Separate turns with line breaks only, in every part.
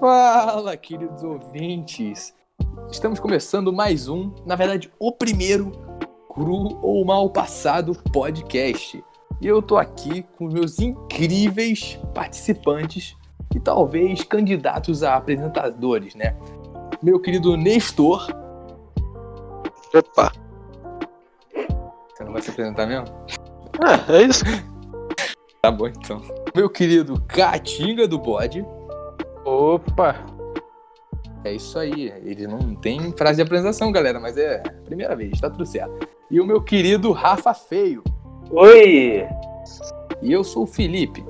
Fala, queridos ouvintes! Estamos começando mais um, na verdade, o primeiro Cru ou Mal Passado podcast. E eu tô aqui com meus incríveis participantes e talvez candidatos a apresentadores, né? Meu querido Nestor.
Opa!
Você não vai se apresentar mesmo?
Ah, é isso.
Tá bom então. Meu querido Caatinga do Bode.
Opa!
É isso aí. Ele não tem frase de apresentação, galera, mas é a primeira vez, tá tudo certo. E o meu querido Rafa Feio.
Oi!
E eu sou o Felipe.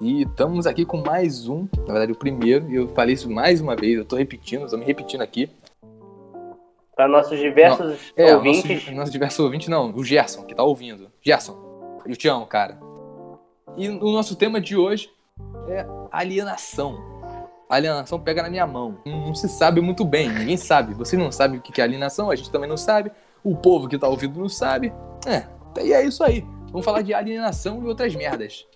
E estamos aqui com mais um, na verdade o primeiro, e eu falei isso mais uma vez, eu tô repetindo, tô me repetindo aqui.
Para nossos diversos
É, o nosso,
ouvintes,
o nosso diverso ouvinte não, o Gerson, que tá ouvindo. Gerson, eu te amo, cara. E o nosso tema de hoje é alienação. Alienação pega na minha mão. Não não se sabe muito bem, ninguém sabe. Você não sabe o que que é alienação, a gente também não sabe. O povo que tá ouvindo não sabe. É, e é isso aí. Vamos falar de alienação e outras merdas.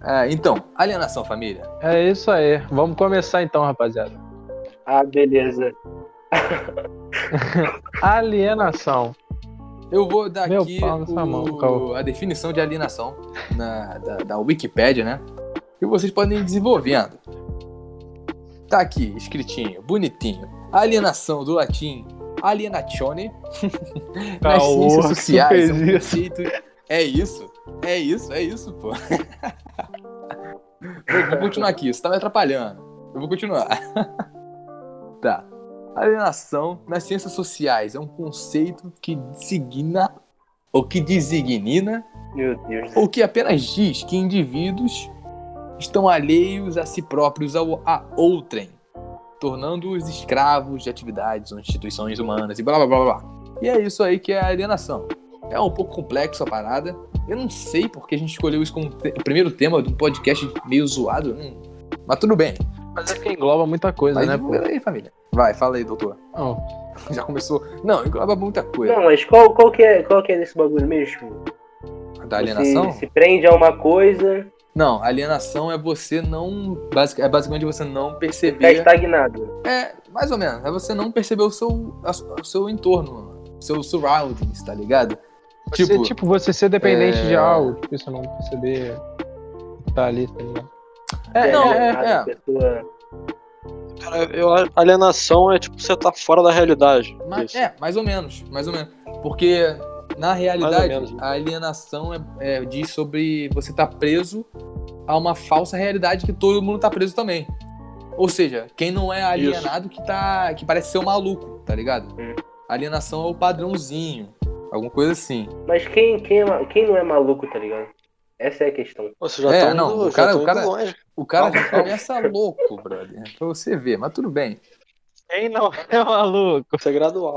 Ah, então, alienação, família.
É isso aí. Vamos começar então, rapaziada.
Ah, beleza.
Alienação.
Eu vou dar
Meu
aqui
pau nessa
o-
mão, Caô.
a definição de alienação na- da, da Wikipédia, né? E vocês podem ir desenvolvendo. Tá aqui, escritinho, bonitinho. Alienação do latim alienatione. Nas
Caô,
ciências
tu
sociais. É, um
fez isso.
conceito... é isso, é isso, é isso, pô. Eu vou continuar aqui, você tá me atrapalhando. Eu vou continuar. tá. Alienação nas ciências sociais é um conceito que designa ou que designina
Meu Deus.
ou que apenas diz que indivíduos estão alheios a si próprios ou a outrem, tornando-os escravos de atividades ou instituições humanas e blá blá blá blá. E é isso aí que é a alienação. É um pouco complexo a parada. Eu não sei porque a gente escolheu isso como te- o primeiro tema de um podcast meio zoado. hum. Mas tudo bem.
Mas é que engloba muita coisa,
Mas,
né? pô?
pera aí, família. Vai, fala aí, doutor.
Não.
Já começou. Não, engloba muita coisa.
Não, mas qual, qual, que é, qual que é desse bagulho mesmo?
da alienação?
Você se prende a uma coisa,
Não, alienação é você não. basic- É basicamente você não
tá
perceber.
estagnado.
É, mais ou menos. É você não perceber o seu, a su- o seu entorno, seu surroundings, tá ligado?
Você,
Tipo,
tipo, você ser dependente
é-
de algo, tipo, você não perceber que tá ali, tá ligado? É,
não,
né?
é,
é,
A Né? Tá pessoa...
Cara, eu, alienação é tipo você tá fora da realidade.
Mas,
Isso.
é, mais ou menos, mais ou menos. Porque, na
Mais
realidade,
ou menos, né?
a alienação é, é, diz sobre você estar preso a uma falsa realidade que todo mundo tá preso também. Ou seja, quem não é alienado que tá. que parece ser um maluco, tá ligado?
Hum.
Alienação é o padrãozinho. Alguma coisa assim.
Mas quem, quem, é ma- quem não é maluco, tá ligado? Essa é a questão.
Nossa, já
É,
tá indo,
não, o
já
cara-
tá
o
indo
cara-
longe.
O cara já começa louco, brother. Pra você ver, mas tudo bem.
Quem não é maluco?
Você é gradual.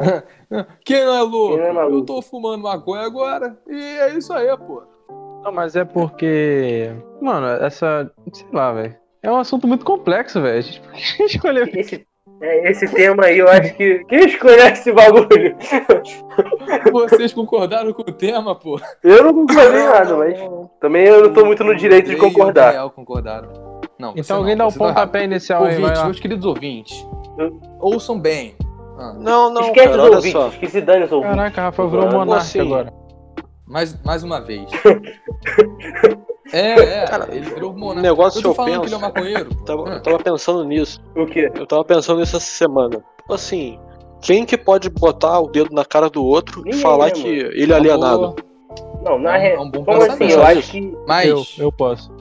Quem não é louco?
Quem não é maluco?
Eu tô fumando maconha agora. E é isso aí, pô.
Não, mas é porque. Mano, essa. Sei lá, velho. É um assunto muito complexo, velho. A gente por que escolheu.
Esse, é, esse tema aí, eu acho que. Quem escolheu esse bagulho?
Vocês concordaram com o tema, pô?
Eu não concordei nada, mas. Também eu não tô muito no direito de
Andrei e o
concordar.
Daniel concordaram. Não, você
Então alguém dá
não,
o
você tá errado.
pontapé inicial aí, vai
Ouvintes,
lá.
meus queridos ouvintes.
Eu-
Ouçam bem. Ah,
Não, não,
Esquece
cara,
os
olha só.
ouvintes, que se dane os ouvintes.
Caraca, Rafa virou um
Como
monarca
assim?
agora.
mais, mais uma vez. é, é,
Cara,
ele virou
O
monarca. Eu
negócio Tá que
tô
eu
falando que ele
penso.
é um maconheiro, pô.
Tava-
Hum.
Ah,
eu tava pensando nisso.
O quê?
Eu tava pensando nisso essa semana. Tipo Assim, quem que pode botar o dedo na cara do outro e
Ninguém,
falar
né,
que
mano?
ele é alienado?
Não, na
É um-
re...
é um bom
Como assim?
pensamento.
Eu acho que.
Eu,
Mas,
eu posso.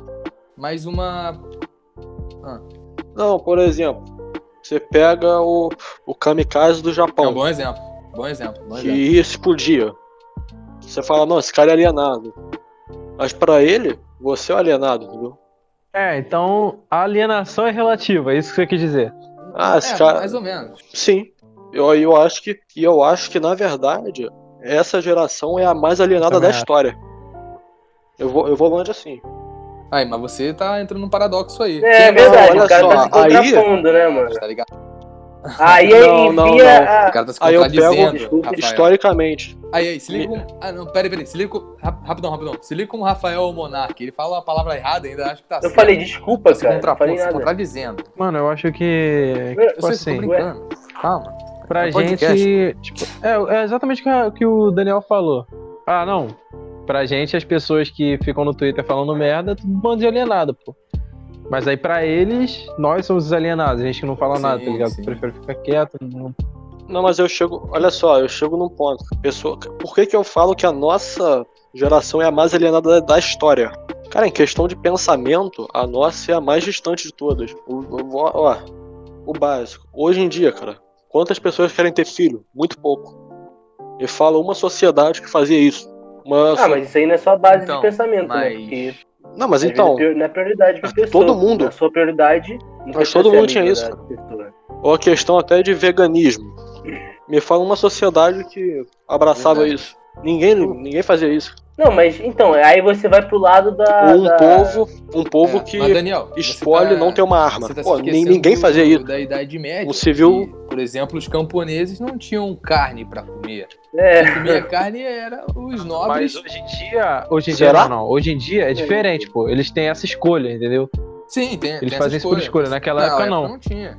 mais uma
Não, por exemplo, você pega o, o kamikaze do
É
Japão.
um bom exemplo. Bom exemplo. Bom
que
exemplo.
ia explodir. Você fala, não, esse cara é alienado. Mas pra ele, você é o alienado, entendeu?
É, então a alienação é relativa, é isso que você quis dizer.
Ah, esse
É,
cara.
mais ou menos.
Sim. Eu, eu acho que. E eu acho que, na verdade, essa geração é a mais alienada
Também
da
acho.
história. Eu vou, eu vou longe assim.
Aí, mas você tá entrando num paradoxo aí.
É
Não,
verdade,
olha
o cara
só,
tá se
aí-
contrapondo, né, mano?
Tá ligado?
Aí
Não,
envia
não,
O
a.
cara tá se
Aí eu pego,
contradizendo,
desculpa,
Rafael.
historicamente.
Aí, aí, se liga como... Ah, não, peraí, peraí. Se liga como... Rap- Rapidão, rapidão. Se liga como Rafael é o Monark. Ele fala uma palavra errada ainda, acho que tá
Eu
certo.
falei, desculpa,
se
cara. Não
contrapondo,
falei
se
nada.
contradizendo.
Mano, eu acho que.
Eu
Tipo
Eu sei, se eu tô
assim,
brincando. Calma.
pra
é
gente.
podcast.
Tipo, é, é exatamente o que a- o que o Daniel falou. Ah, não. Pra gente, as pessoas que ficam no Twitter falando merda, é tudo bando de alienado, pô. Mas aí, pra eles, nós somos os alienados. A gente que não fala
Sim,
nada, tá ligado?
sim.
Prefere ficar quieto. Não...
Não, mas eu chego. Olha só, eu chego num ponto. Pessoa, por que, que eu falo que a nossa geração é a mais alienada da, da história? Cara, em questão de pensamento, a nossa é a mais distante de todas. O, o- ó, o básico. Hoje em dia, cara, quantas pessoas querem ter filho? Muito pouco. Eu falo uma sociedade que fazia isso. Uma so-
Ah, mas isso aí não é só base
Então,
de pensamento, né?
mas-
Porque
Não, mas
às
então,
vezes, prior- não é prioridade pra pessoa.
todo mundo.
A sua prioridade. não
Mas
precisa
todo
ser a
mundo tinha
mesma
isso,
da pessoa.
ou a questão até de veganismo. Me fala uma sociedade que abraçava
Verdade.
isso. Ninguém, ninguém fazia isso.
Não, mas então, aí você vai pro lado da.
um
da-
povo, um povo
É,
que
mas, Daniel, você
escolhe
tá-
não ter uma arma.
você tá se
Pô, nem-
esquecendo
ninguém
do-
fazia isso.
Da Idade Média.
O civil-
que, por exemplo, os camponeses não tinham carne pra comer.
É.
Quem comia carne era os nobres.
Mas hoje em dia. Hoje em dia,
Será?
não, não. Hoje em dia é diferente, pô. Eles têm essa escolha, entendeu?
Sim, tem.
Eles fazem isso por escolha. Naquela época, não.
Não tinha.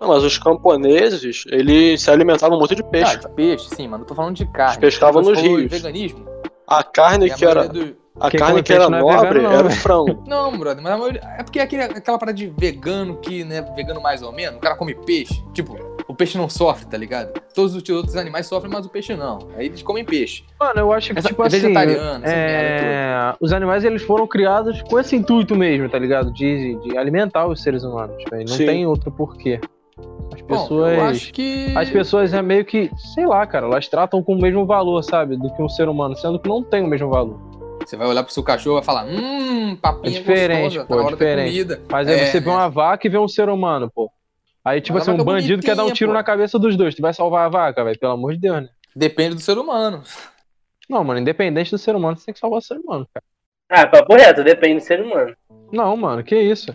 Não, mas os camponeses, eles se alimentavam muito de peixe.
Ah, peixe, sim, mano. Não tô falando de carne.
pescavam
Você
nos
falou em
rios.
Veganismo.
a carne
e a
que era,
maioria do-
a
Quem
carne
come
que era
peixe não é
nobre
vegano, não,
era o
né?
frango.
Não, brother, mas a maioria... É porque é aquele- aquela parada de vegano que, né, vegano mais ou menos, o cara come peixe. Tipo, o peixe não sofre, tá ligado? Todos os outros animais sofrem, mas o peixe não. Aí eles comem peixe.
Mano, eu acho que,
Essa-
tipo
é
assim,
vegetariano, essa merda
é... os animais eles foram criados com esse intuito mesmo, tá ligado? De, de alimentar os seres humanos, velho. Não
Sim.
tem outro porquê. As
Bom, eu acho
pessoas...
que...
As pessoas é meio que, sei lá, cara, elas tratam com o mesmo valor, sabe? Do que um ser humano, sendo que não tem o mesmo valor.
Você vai olhar pro seu cachorro e vai falar, hum, papinha
É diferente,
gostosa,
pô,
tá na
é
hora
diferente.
da comida.
Mas aí
É,
você vê
né?
uma vaca e vê um ser humano, pô. Aí, tipo
Mas
assim,
a
um
vaca é
bandido quer dar um
bonitinha,
tiro
pô.
na cabeça dos dois. Tu vai salvar a vaca, velho? Pelo amor de Deus, né?
Depende do ser humano.
Não, mano, independente do ser humano, você tem que salvar o ser humano, cara.
Ah, papo reto, depende do ser humano.
Não, mano, que isso?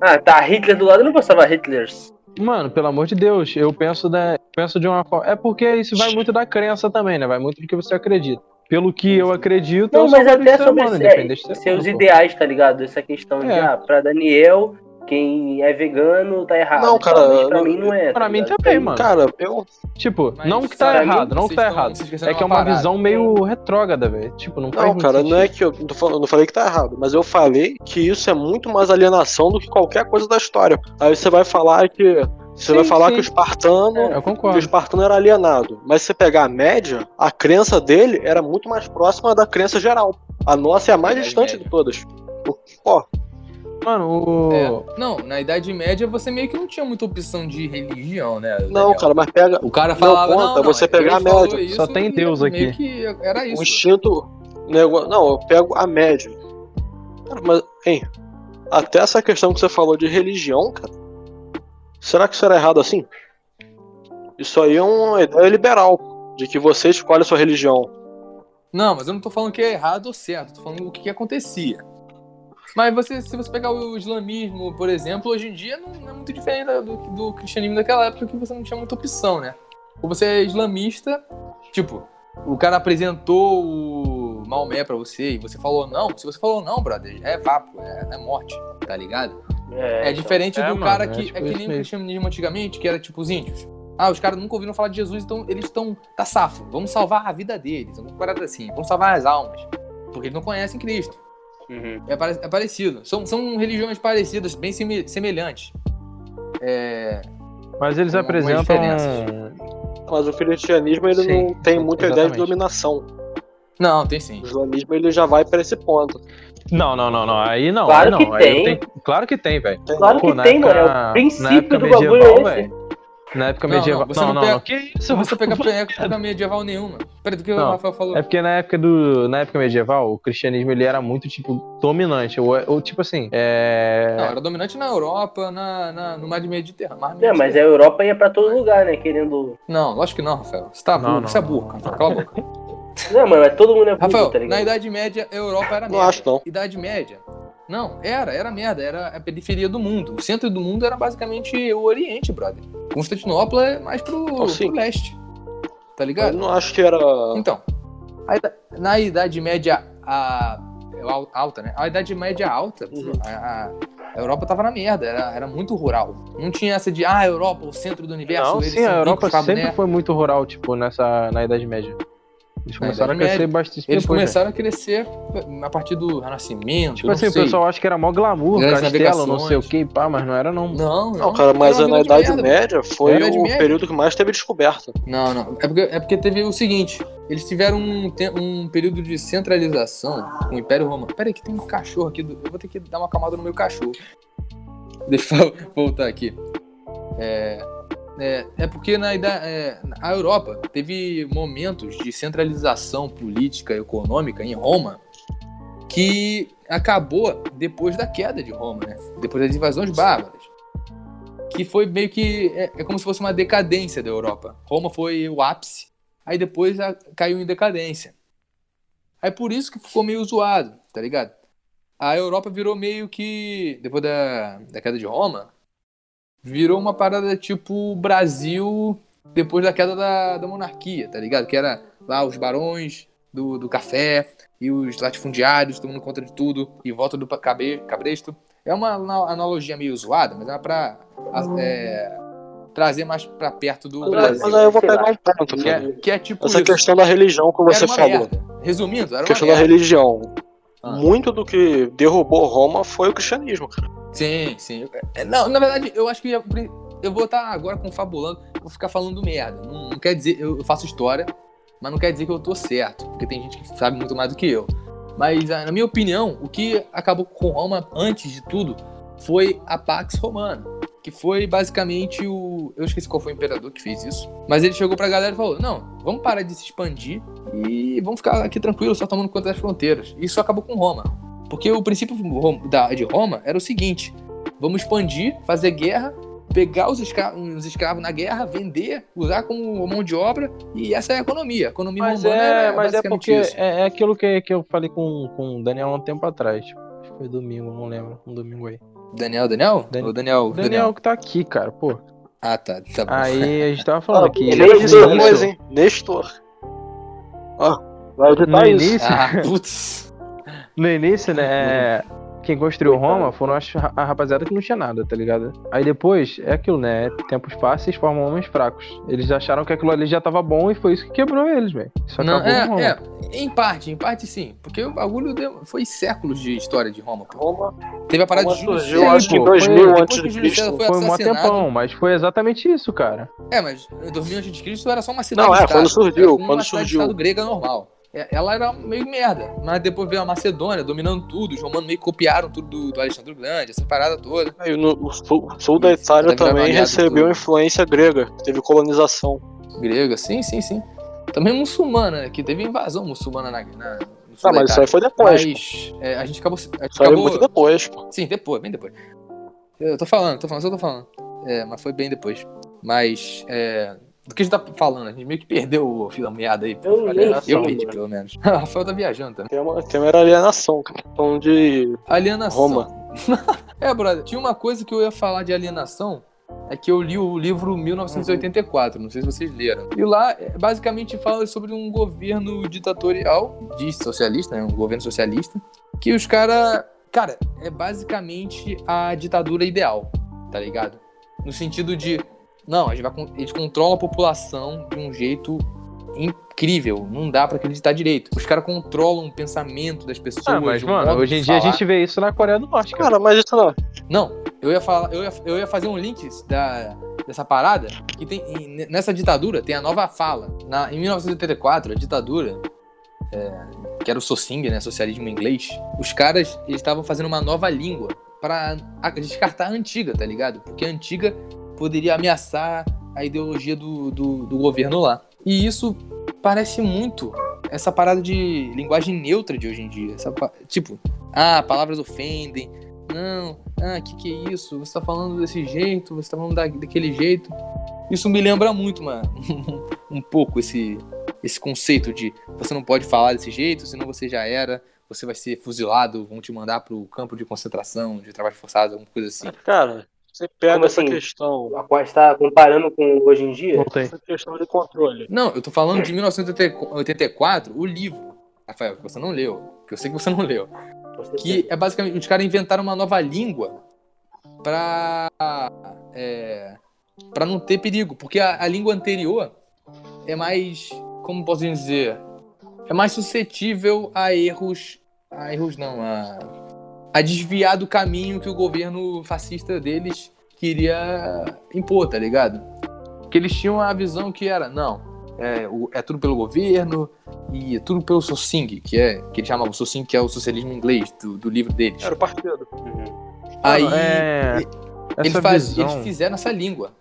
Ah, tá Hitler do lado, eu não vou salvar Hitlers.
Mano, pelo amor de Deus, eu penso, da, penso de uma forma. É porque isso vai muito da crença também, né? Vai muito do que você acredita. Pelo que eu acredito, eu
Então,
Não,
sou
mas até sobre
mano,
se- é
independente de ser
seus
humano, pô.
ideais, tá ligado? Essa questão de,
É.
ah, pra Daniel, quem é vegano tá errado.
Não, cara,
Talvez pra
não-
mim não é.
Pra
tá
mim
ligado?
também, mano.
Cara, eu.
tipo,
Mas,
não que tá
sabe,
errado, não que
vocês
tá
tão
errado.
se esquecendo
É que
de
é uma
parada.
visão meio retrógrada, velho. Tipo, não faz
Não,
muito
cara, não é
sentido.
que eu. Não, fal- não falei que tá errado, mas eu falei que isso é muito mais alienação do que qualquer coisa da história. Aí você vai falar que. Você
Sim,
vai falar
sim.
que o espartano.
Eu
que o
concordo.
espartano era alienado. Mas se você pegar a média, a crença dele era muito mais próxima da crença geral. A nossa é a mais
Idade
distante
média.
de todas.
Mano, o.
É. Não, na Idade Média você meio que não tinha muita opção de religião, né?
Não,
Daniel?
cara, mas pega.
O cara falava,
Não,
não,
conta,
não,
você
é que
pegar
Deus
Um a média.
falou isso
Só tem
e
Deus
meio
aqui.
que era
O
É isso.
instinto. nego- Não, eu pego a média. Cara, mas, hein? Até essa questão que você falou de religião, cara. Será que isso era errado assim? Isso aí é uma ideia liberal. De que você escolhe a sua religião.
Não, mas eu não tô falando que é errado ou certo, tô falando o que, que acontecia. Mas você, se você pegar o islamismo, por exemplo, hoje em dia não, não é muito diferente da- do, do cristianismo daquela época que você não tinha muita opção, né? Ou você é islamista, tipo, o cara apresentou o Maomé pra você e você falou não. Se você falou não, brother, é vapo, é, é morte, tá ligado? É
então.
diferente
É,
do
mano,
cara
é
que.
tipo
É, que
isso
nem o
mesmo.
cristianismo antigamente, que era tipo os índios. Ah, os caras nunca ouviram falar de Jesus, então eles estão. Tá safo. Vamos salvar a vida deles. Alguma parada assim. Vamos salvar as almas. Porque eles não conhecem Cristo.
Uhum.
É, pare- é parecido. São, são religiões parecidas, bem seme- semelhantes. É.
Mas eles
Tem algumas
apresentam. um
diferenças.
Mas o cristianismo ele
Sim,
não tem muita ideia de
exatamente.
dominação.
Não, tem sim.
O islamismo ele já vai para esse ponto.
Não, não, não, não. Aí não.
Claro
aí não.
que
aí eu
tem.
tenho- Claro que tem, velho.
Claro
Pô,
que
na
tem,
época-
mano. É o
na época
princípio do
medieval,
bagulho é esse.
velho. Na época
Não, não,
medieval.
você não pega-
Que isso?
Se você
mano?
pegar época medieval nenhuma. Peraí, do que o
Não,
Rafael falou.
É porque na época do. Na época medieval, o cristianismo ele era muito, tipo, dominante. Ou, ou tipo assim. É.
Não, era dominante na Europa, na, na- no mar de Mediterrâneo. Mar
Não, mas é- a Europa ia pra todo lugar, né? Querendo.
Não, lógico que não, Rafael. Você tá
Não,
burro,
não,
você é
não.
burro, cara. Cala a boca.
Não, mano, é todo mundo é burro,
Rafael,
tá
na
ligado?
Idade Média, a Europa era
Não
merda.
acho, não.
Idade Média. Não, era, era merda, era a periferia do mundo. O centro do mundo era basicamente o Oriente, brother. Constantinopla é mais pro,
Então, sim.
pro leste. Tá
Eu
ligado?
não acho que era.
Então, a ida- na Idade Média a, al- alta, né? A Idade Média alta,
Uhum.
a, a- a Europa tava na merda, era, era muito rural. Não tinha essa de, ah, Europa, o centro do universo.
Não,
eles
sim,
são
a Europa
ricos,
sempre
né?
foi muito rural, tipo, nessa, na Idade Média. Eles
Na
começaram a
Idade
crescer
Média,
bastante
Eles
depois, né?
começaram a crescer a partir do Renascimento,
Tipo
não
assim,
sei.
o pessoal acha que era mó glamour,
Grandes
castelo, não sei o
navegações.
que, pá, mas não era não.
Não, não.
Não, Ah, cara, mas é
Era uma
na
vida de
Idade
merda.
Média foi
Era Idade
o
Média.
período que mais teve descoberta.
Não, não. É porque, é porque teve o seguinte: eles tiveram um, te- um período de centralização com o Império Romano. Pera aí, que tem um cachorro aqui. do- Eu vou ter que dar uma camada no meu cachorro. Deixa eu voltar aqui. É, é, é porque na ida- é, a Europa teve momentos de centralização política e econômica em Roma que acabou depois da queda de Roma, né? depois das invasões bárbaras que foi meio que. É, é como se fosse uma decadência da Europa. Roma foi o ápice, aí depois a- caiu em decadência. Aí por isso que ficou meio zoado, tá ligado? A Europa virou meio que. Depois da, da queda de Roma, virou uma parada tipo Brasil depois da queda da, da monarquia, tá ligado? Que era lá os barões do, do café e os latifundiários tomando conta de tudo e volta do pa- cabe, cabresto. É uma ana- analogia meio zoada, mas é pra a- é, trazer mais pra perto do
Mas
Brasil.
aí eu vou
sei
pegar
lá.
um ponto,
Que
cara.
é, que é tipo
Essa
isso.
questão da religião que você
era uma
falou.
merda. Resumindo, era uma
Questão da
merda.
religião.
Ah.
Muito do que derrubou Roma foi o cristianismo, cara.
Sim, sim. É, Não, na verdade, eu acho que eu- eu vou estar agora confabulando, vou ficar falando merda. Não, não quer dizer, eu faço história, mas não quer dizer que eu tô certo, porque tem gente que sabe muito mais do que eu. Mas, ah, na minha opinião, o que acabou com Roma antes de tudo foi a Pax Romana, que foi basicamente o. Eu esqueci qual foi o imperador que fez isso, mas ele chegou pra galera e falou: não, vamos parar de se expandir e vamos ficar aqui tranquilo, só tomando conta das fronteiras. Isso acabou com Roma. Porque o princípio rom- da- de Roma era o seguinte: vamos expandir, fazer guerra, pegar os, escra- os escravos na guerra, vender, usar como mão de obra, e essa é a economia. A economia
Mas
romana
é,
era
mas é
basicamente
porque
isso.
é, é aquilo que, que eu falei com, com o Daniel há um tempo atrás. Acho que foi domingo, não lembro. Um domingo aí.
Daniel, Daniel?
Dan-
Ou Daniel,
O Daniel que tá aqui, cara, pô.
Ah, tá. tá bom.
Aí a gente tava falando
Ah,
aqui.
primeiro
isso-
editor, mas, hein? Nestor. Ó, Ah, vai editar
No
isso.
início,
Ah, putz.
No início, né? é, Quem construiu Roma foram as- a rapaziada que não tinha nada, tá ligado? Aí depois, é aquilo, né? Tempos fáceis formam homens fracos. Eles acharam que aquilo ali já tava bom e foi isso que quebrou eles, velho. Isso
Não,
acabou com Roma.
é, é, em parte, em parte sim. Porque o bagulho deu- foi séculos de história de Roma. pô.
Roma,
Teve a parada
Roma
de Júlio
surgiu,
César,
acho que em
pô.
2000
Depois
antes
que o
de
Júlio César
Cristo.
foi
Foi um mó
assassinado.
tempão, mas foi exatamente isso, cara.
É, mas 2000 antes de Cristo era só uma cidade
Não, é,
estado.
quando
Era
surgiu,
como
quando
uma cidade
surgiu.
estado grega normal. É, Ela era meio merda, mas depois veio a Macedônia dominando tudo, os romanos meio que copiaram tudo do, do Alexandre o Grande, essa parada toda.
Aí no- o sul, o sul da
Isso,
Itália
tá virando
também
aliado
recebeu
tudo.
influência grega, teve colonização.
Grega, sim, sim, sim. Também muçulmana, né, que teve invasão muçulmana na, na no sul
Ah,
da
mas isso
Itália.
aí foi depois. pô.
Mas é, a gente acabou. A gente
Isso aí é
acabou
muito depois, pô.
Sim, depois, bem depois. Eu tô falando, tô falando, só tô falando. É, mas foi bem depois. Mas, é, do que a gente tá falando? A gente meio que perdeu o fio da meada aí.
Eu
Falei,
nem
eu
sei,
perdi,
mano.
pelo menos. O Rafael tá viajando também.
O tema, o tema era alienação, cara. Então de.
Alienação.
Roma.
é, brother, tinha uma coisa que eu ia falar de alienação. É que eu li o livro 1984, não sei se vocês leram. E lá, é, basicamente, fala sobre um governo ditatorial, diz socialista, né? Um governo socialista. Que os caras. Cara, é basicamente a ditadura ideal, tá ligado? No sentido de. Não, a gente vai, con- eles controlam a população de um jeito incrível. Não dá pra acreditar direito. Os caras controlam o pensamento das pessoas.
Ah, mas,
o
mano,
modo
hoje em
de
dia a
um falar.
gente vê isso na Coreia do Norte, cara.
Cara, mas isso não.
Não, eu ia falar, eu ia, eu ia fazer um link da, dessa parada que tem e nessa ditadura tem a nova fala. Na, em 1984, a ditadura é, que era o Socing, né, socialismo inglês, os caras eles estavam fazendo uma nova língua para descartar a antiga, tá ligado? Porque a antiga poderia ameaçar a ideologia do, do, do governo lá. E isso parece muito essa parada de linguagem neutra de hoje em dia. Essa pa- tipo, ah, palavras ofendem. Não, ah, que que é isso? Você tá falando desse jeito, você tá falando da- daquele jeito. Isso me lembra muito, mano, um pouco esse, esse conceito de você não pode falar desse jeito, senão você já era, você vai ser fuzilado, vão te mandar pro campo de concentração, de trabalho forçado, alguma coisa assim.
Cara, Você pega
Como
essa
assim?
questão,
A qual está comparando com hoje em dia?
Não tem.
essa questão de controle.
Não, eu tô falando de 1984, o livro, Rafael, que você não leu. Que eu sei que você não leu.
Você
Que é basicamente, os caras inventaram uma nova língua pra. É, pra não ter perigo. Porque a, a língua anterior é mais. Como posso dizer? É mais suscetível a erros. A erros não, a. A desviar do caminho que o governo fascista deles queria impor, tá ligado? Que eles tinham a visão que era, não, é, o- é tudo pelo governo, e é tudo pelo Sossing, que é que ele chamava o Sossing, que é o socialismo inglês do, do livro deles.
Era o partido.
Uhum.
Aí
é,
eles,
essa
faz-
visão.
eles fizeram essa língua.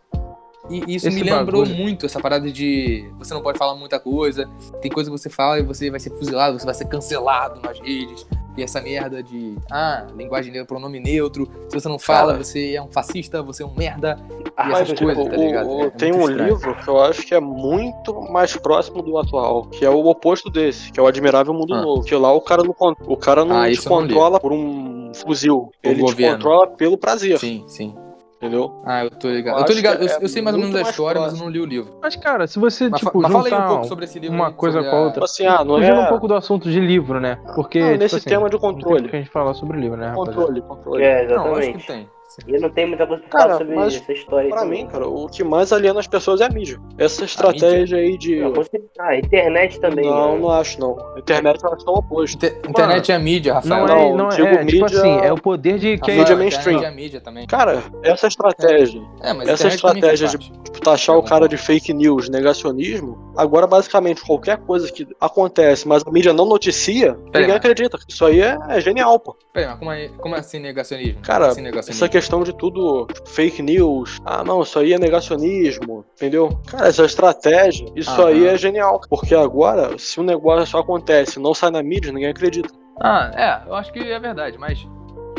E isso
Esse
me lembrou
bagulho.
muito essa parada de você não pode falar muita coisa, tem coisa que você fala e você vai ser fuzilado, você vai ser cancelado nas redes. E essa merda de, ah, linguagem neutra, pronome neutro, se você não fala,
Cara.
você é um fascista, você é um merda.
Ah,
E essas
mas,
coisas,
O-
tá ligado?
Tipo, o-
É
tem
muito
um
estranho.
livro que eu acho que é muito mais próximo do atual, que é o oposto desse, que é o Admirável Mundo
Ah.
Novo. Que lá o cara não, con- o cara não
Ah,
te
isso eu não li.
controla por um fuzil.
Por
ele
governo.
te controla pelo prazer,
Sim, sim.
entendeu?
Ah, eu tô ligado.
Eu
Eu, tô
acho
ligado,
que
eu,
é
eu sei mais ou menos
muito
a
mais
história, mas eu
próximo.
não li o livro.
Mas, cara, se você,
Mas, fa-
tipo,
mas fala aí um
juntar
pouco sobre esse livro.
uma
aí,
coisa
sobre
com a outra.
Tipo assim, ah, não
Fugindo um
é
pouco do assunto de livro, né? Porque.
Não,
tipo
nesse
assim,
tema de
não tem
controle.
o que a gente falar sobre livro, né, rapaziada?
controle, controle.
É,
Não, acho que
exatamente.
tem.
E não tem muita coisa pra
Cara,
falar sobre
mas
essa história. aí
Pra
também.
mim, cara, o que mais aliena as pessoas é a mídia. Essa estratégia aí de.
Não, com certeza. Ah, internet também.
Não,
né?
não acho não. A internet eu acho tão oposto.
Inter- internet é mídia, Rafael.
Não,
Não,
é, não é,
digo
é, tipo
mídia-
assim, é o poder de quem.
mídia
Rafael,
mainstream.
internet é mídia também.
Cara, essa estratégia,
É, mas
Essa
internet também faz
estratégia
parte.
tipo, taxar
Tá
o cara de fake news, negacionismo, agora basicamente qualquer coisa que acontece, mas a mídia não noticia, ninguém
mas-
acredita. Isso aí é, é genial, pô.
Peraí, mas como é, como é assim negacionismo?
Cara,
Como assim negacionismo?
Essa questão de tudo, tipo, fake news, ah não, isso aí é negacionismo, entendeu? Cara, essa estratégia, isso
Aham.
aí é genial. Porque agora, se um negócio só acontece e não sai na mídia, ninguém acredita.
Ah, é, eu acho que é verdade, mas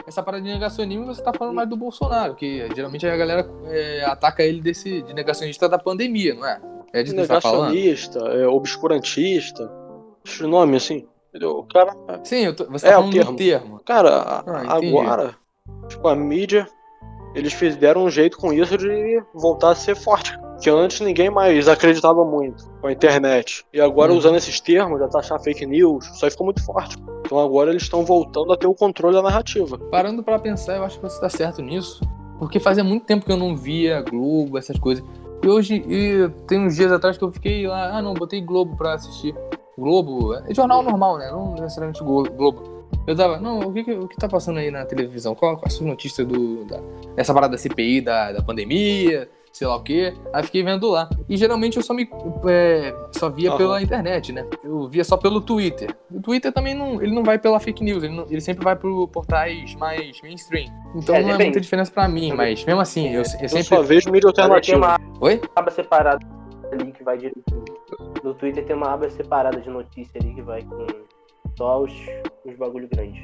essa parada de negacionismo você tá falando mais do Bolsonaro, que geralmente a galera é, ataca ele desse de negacionista da pandemia, não é? É disso que você tá falando?
Negacionista, é, obscurantista, esse nome assim, entendeu? O cara
Sim, eu tô- você
É,
tá
o
falando do
termo.
termo.
Cara, a-
Ah, entendi.
agora, tipo, a mídia, eles fizeram um jeito com isso de voltar a ser forte. Que antes ninguém mais acreditava muito com a internet. E agora,
Uhum.
usando esses termos, já tá achando fake news, isso aí ficou muito forte. Então agora eles estão voltando a ter o controle da narrativa.
Parando pra pensar, eu acho que você tá certo nisso, porque fazia muito tempo que eu não via Globo, essas coisas. E hoje, e tem uns dias atrás que eu fiquei lá, ah não, botei Globo pra assistir. Globo, é jornal normal, né? Não necessariamente Glo- Globo. Eu tava, não, o que, que- o que tá passando aí na televisão? Qual, qual a notícia do, da, dessa parada da CPI, da, da pandemia, sei lá o quê? Aí fiquei vendo lá. E geralmente eu só me. é, só via
Aham.
pela internet, né? Eu via só pelo Twitter. O Twitter também não. Ele não vai pela fake news, ele, não- ele sempre vai pro portais mais mainstream. Então
É,
não é
depende.
muita diferença pra mim, mas mesmo assim, eu, eu
Eu
sempre.
só vejo mídia
Mas Tem
alternativa.
uma
Oi?
aba separada ali que vai direitinho. No Twitter tem uma aba separada de notícia ali que vai com só os, os bagulho grandes.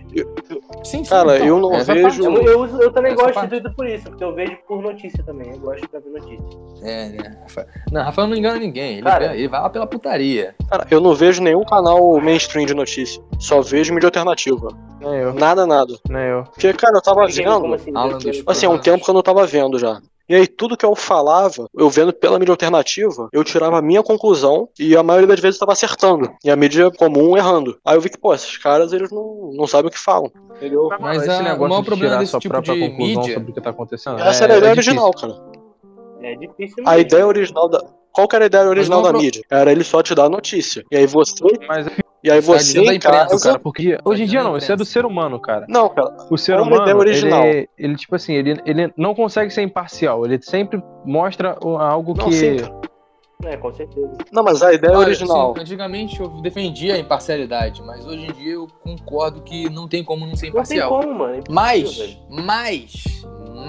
Sim, sim,
Cara, eu não
essa parte-
vejo-
Eu, eu, uso- eu também
Essa
gosto
parte.
do Twitter por isso, porque eu vejo por notícia também. Eu gosto pra ver notícia.
É, né? Rafael- Não, Rafael não engana ninguém. Ele,
Cara.
ele vai lá pela putaria.
Cara, eu não vejo nenhum canal mainstream de notícia. Só vejo mídia alternativa.
Nem é eu,
Nada, nada.
nem eu.
Porque, cara, eu tava
Ninguém como
vendo.
assim,
Alan
né?
dos
Tipo assim, há um tempo que eu não tava vendo já. E aí, tudo que eu falava, eu vendo pela mídia alternativa, eu tirava a minha conclusão e a maioria das vezes eu tava acertando. E a mídia comum errando. Aí eu vi que, pô, esses caras, eles não, não sabem o que falam. Entendeu?
Mas
esse
a-
negócio
o maior
de
problema
tirar
desse
sua
tipo
própria
de
conclusão
mídia-
sobre o que tá
É,
acontecendo.
Essa era a ideia
difícil.
original, cara.
É difícil mesmo.
A ideia original da. Qual que era a ideia original
não
da
pro-
mídia? Era ele só te dar a notícia. E aí você.
Mas
E aí
Isso é
você
da
em
imprensa,
casa.
cara, porque hoje em dia não, isso é do ser humano, cara.
Não, cara.
O ser
É uma ideia
humano,
original.
Ele, ele, tipo assim, ele, ele não consegue ser imparcial, ele sempre mostra o- algo
Não,
que...
sim, cara.
É, com certeza.
Não, mas a ideia
Olha,
é original.
assim, antigamente eu defendia a imparcialidade, mas hoje em dia eu concordo que não tem como não ser
Não tem
imparcial.
como, mano. é
Mas, mas,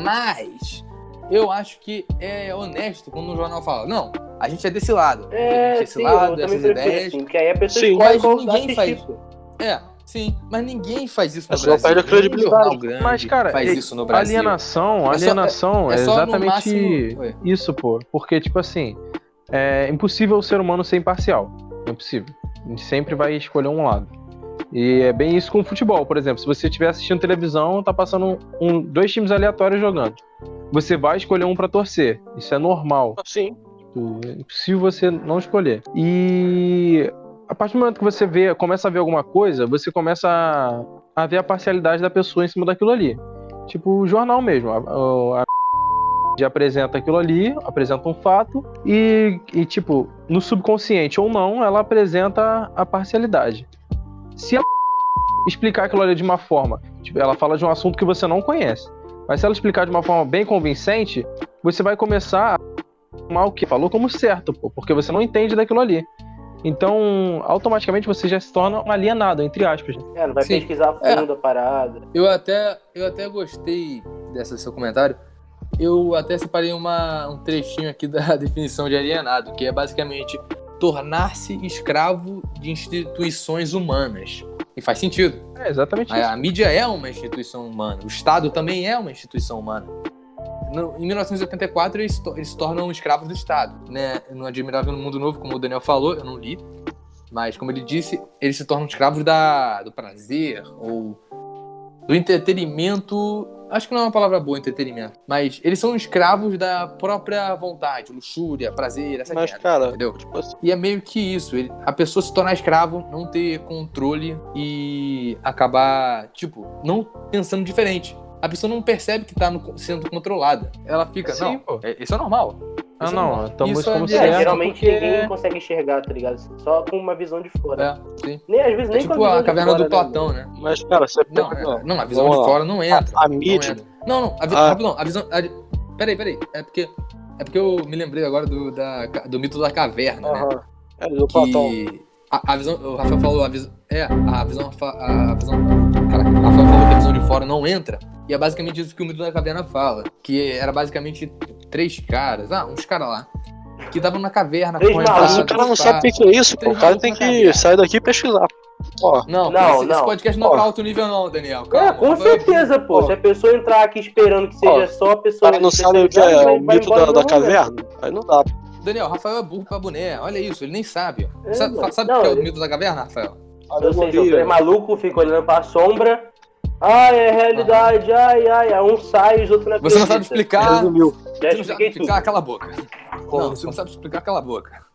mas, eu acho que é honesto quando o jornal fala, não, a gente é desse lado, a gente é
É,
desse
sim, eu
lado,
também
essas
prefiro
ideias.
assim, porque aí a pessoa
Sim.
escolhe
Mas
qual
ninguém
assiste
faz-
isso.
É, sim, mas ninguém faz isso no
Mas não
Brasil.
perde a
Nenhum
é credibilidade.
jornal grande
Mas, cara,
faz
é-
isso no Brasil.
Alienação,
É só-
alienação, é,
é só no
exatamente
máximo- Ué.
isso, pô. Porque, tipo assim, é impossível o ser humano ser imparcial. É impossível. A gente sempre vai escolher um lado. E é bem isso com o futebol, por exemplo. Se você estiver assistindo televisão, tá passando um, dois times aleatórios jogando. Você vai escolher um pra torcer. Isso é normal.
Sim.
Tipo, é impossível você não escolher. E a partir do momento que você vê, começa a ver alguma coisa, você começa a, a ver a parcialidade da pessoa em cima daquilo ali. Tipo o jornal mesmo. A, a, a já apresenta aquilo ali, apresenta um fato, e, e, tipo, no subconsciente ou não, ela apresenta a parcialidade. Se ela explicar aquilo ali de uma forma, tipo, ela fala de um assunto que você não conhece. Mas se ela explicar de uma forma bem convincente, você vai começar a tomar o que falou como certo, pô, porque você não entende daquilo ali. Então, automaticamente você já se torna um alienado, entre aspas.
É, não vai
Sim. É.
pesquisar a fundo a parada.
Eu até, eu até gostei desse seu comentário. Eu até separei uma, um trechinho aqui da definição de alienado, que é basicamente tornar-se escravo de instituições humanas. E faz sentido.
É exatamente isso.
A, a mídia é uma instituição humana. O Estado também é uma instituição humana. No- em 1984, eles, to- eles se tornam escravos do Estado. Né? No Admirável Mundo Novo, como o Daniel falou, eu não li. Mas, como ele disse, eles se tornam escravos da, do prazer ou do entretenimento. Acho que não é uma palavra boa, entretenimento. Mas eles são escravos da própria vontade, luxúria, prazer, essa
Mas,
merda,
cara,
entendeu?
tipo assim,
E é meio que isso, ele- a pessoa se tornar escravo, não ter controle e acabar, tipo, não pensando diferente. A pessoa não percebe que tá no- sendo controlada. Ela fica,
Sim,
não,
pô.
é- isso é normal.
Ah,
Isso
não,
é-
estamos
isso é
como
direto,
É,
Certo,
geralmente
porque-
ninguém consegue enxergar, tá ligado? Só com uma visão de fora.
É, sim.
Nem, às vezes
É
nem
tipo
com a visão
a
de
caverna
fora,
do
né,
Platão, né?
mas, cara, você
Não,
pega.
é- não, a visão
Vamos
de
lá.
fora não entra.
a
Não,
mídia.
entra. não, não, a vi-
Ah.
rapidão, a visão. a- peraí, peraí. É porque. É porque eu me lembrei agora do, da- do mito da caverna, né?
Aham. É, do Platão.
que a, a visão, o Rafael falou, a visão, é, a visão, fa- a visão, caraca, o Rafael falou que a visão de fora não entra, e é basicamente isso que o mito da caverna fala, que era basicamente três caras, ah, uns caras lá, que estavam na caverna,
Três
correndo,
malucos,
Mas
Ah,
o cara não
pá.
sabe o que que é isso, pô. O cara tem que sair daqui e pesquisar. Ó,
Não,
Não,
esse, esse
não.
podcast não é
Ó.
pra alto nível não, Daniel, calma.
É, com
Rafael,
certeza, pô.
Ó.
Se a pessoa entrar aqui esperando que seja
Ó,
só a
o
pessoa.
cara não sabe o que é
vai-
o
vai
mito
embora né?
da,
no
da
momento.
caverna. Aí não dá.
Daniel, Rafael é burro pra boné, olha isso, ele nem sabe.
É,
sabe
mano.
sabe
Não,
o que é o
ele-
mito da caverna, Rafael?
Cara,
Ou
eu não
seja, o
vi,
cara é maluco, fica olhando pra sombra. Ai, é realidade, ai, ai, ai. Um sai e os outros não
Você não sabe
acreditam.
explicar,
resumiu.
você
Já
não sabe
expliquei tudo.
explicar, cala a boca. Não,
Como-
você não sabe explicar, cala a boca.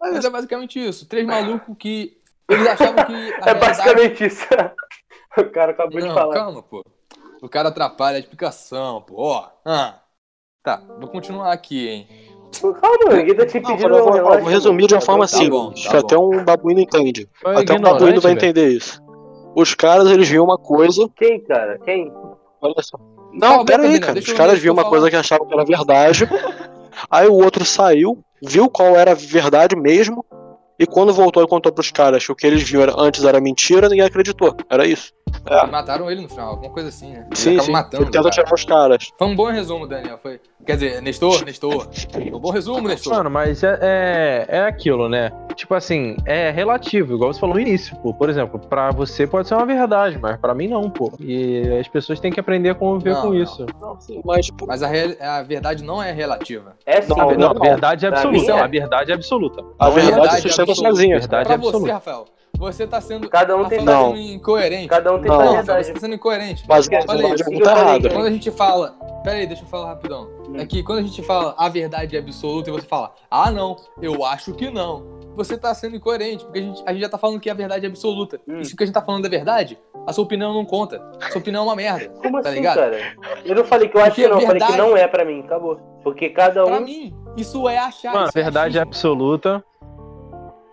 Mas é basicamente isso. Três malucos que. Eles achavam que. a
É
realidade-
basicamente isso. o cara acabou de
Não,
falar.
calma, pô. O cara atrapalha a explicação, pô. Ó. Ah. Tá, vou continuar aqui, hein.
Calma, ninguém tá te
Não,
pedindo
eu vou, eu
relaxa,
vou resumir de uma
tá
forma
um tá
tranquilo.
bom,
simples,
tá
que
bom.
até um babuíno entende.
Foi
Até um
ignorante,
babuíno vai
velho.
entender isso. Os caras, eles viam uma coisa,
Quem, cara? Quem?
olha só. Não,
Calma,
pera aí,
Daniel,
cara.
deixa
Os
eu-
caras
deixa eu
viam uma
falar.
coisa que achavam que era verdade, aí o outro saiu, viu qual era a verdade mesmo, e quando voltou e contou pros caras que o que eles viam era- antes era mentira, ninguém acreditou. Era isso. É.
Mataram ele no final, alguma coisa assim, né? Ele
Sim,
acaba
sim.
matando.
Ele tenta
cara.
tirar os caras.
Foi um bom resumo, Daniel. Foi... Quer dizer, Nestor, Nestor. Foi um bom resumo, Nestor.
Mano, mas é, é, é aquilo, né? Tipo assim, é relativo, igual você falou no início, pô. Por exemplo, pra você pode ser uma verdade, mas pra mim não, pô. E as pessoas têm que aprender a conviver
Não,
com
não.
isso.
Mas, tipo,
Mas a, real- a verdade não é relativa.
É sim.
Não,
A ver-
não.
não, verdade é
Pra
absoluta.
mim é.
A verdade é absoluta.
a
não é
verdade
verdade
se sustenta
absoluta.
sozinha.
Verdade
pra
é absoluta.
você, Rafael, você tá sendo.
Cada um tem
Rafael
sua-
tá
Não.
sendo incoerente.
Cada um tem
Não.
sua
Não, Rafael, você
verdade.
tá sendo incoerente.
Mas
Falei,
a verdade é
sim,
muito
eu falei,
errada.
eu
Quando a gente fala. Pera aí, deixa eu falar rapidão.
Hum.
É que quando a gente fala a verdade é absoluta e você fala, ah não, eu acho que não. Você tá sendo incoerente, porque a gente, a gente já tá falando que a verdade é absoluta.
Hum.
E se o que a gente tá falando é verdade, a sua opinião não conta. Sua opinião é uma merda.
Como
tá
assim,
ligado?
cara? Eu não falei que eu acho
Porque
que não,
é
eu falei que
verdade.
não é pra mim, acabou. Porque cada
Pra
um.
mim, isso é achar.
Mano,
isso
verdade é
achismo.
absoluta.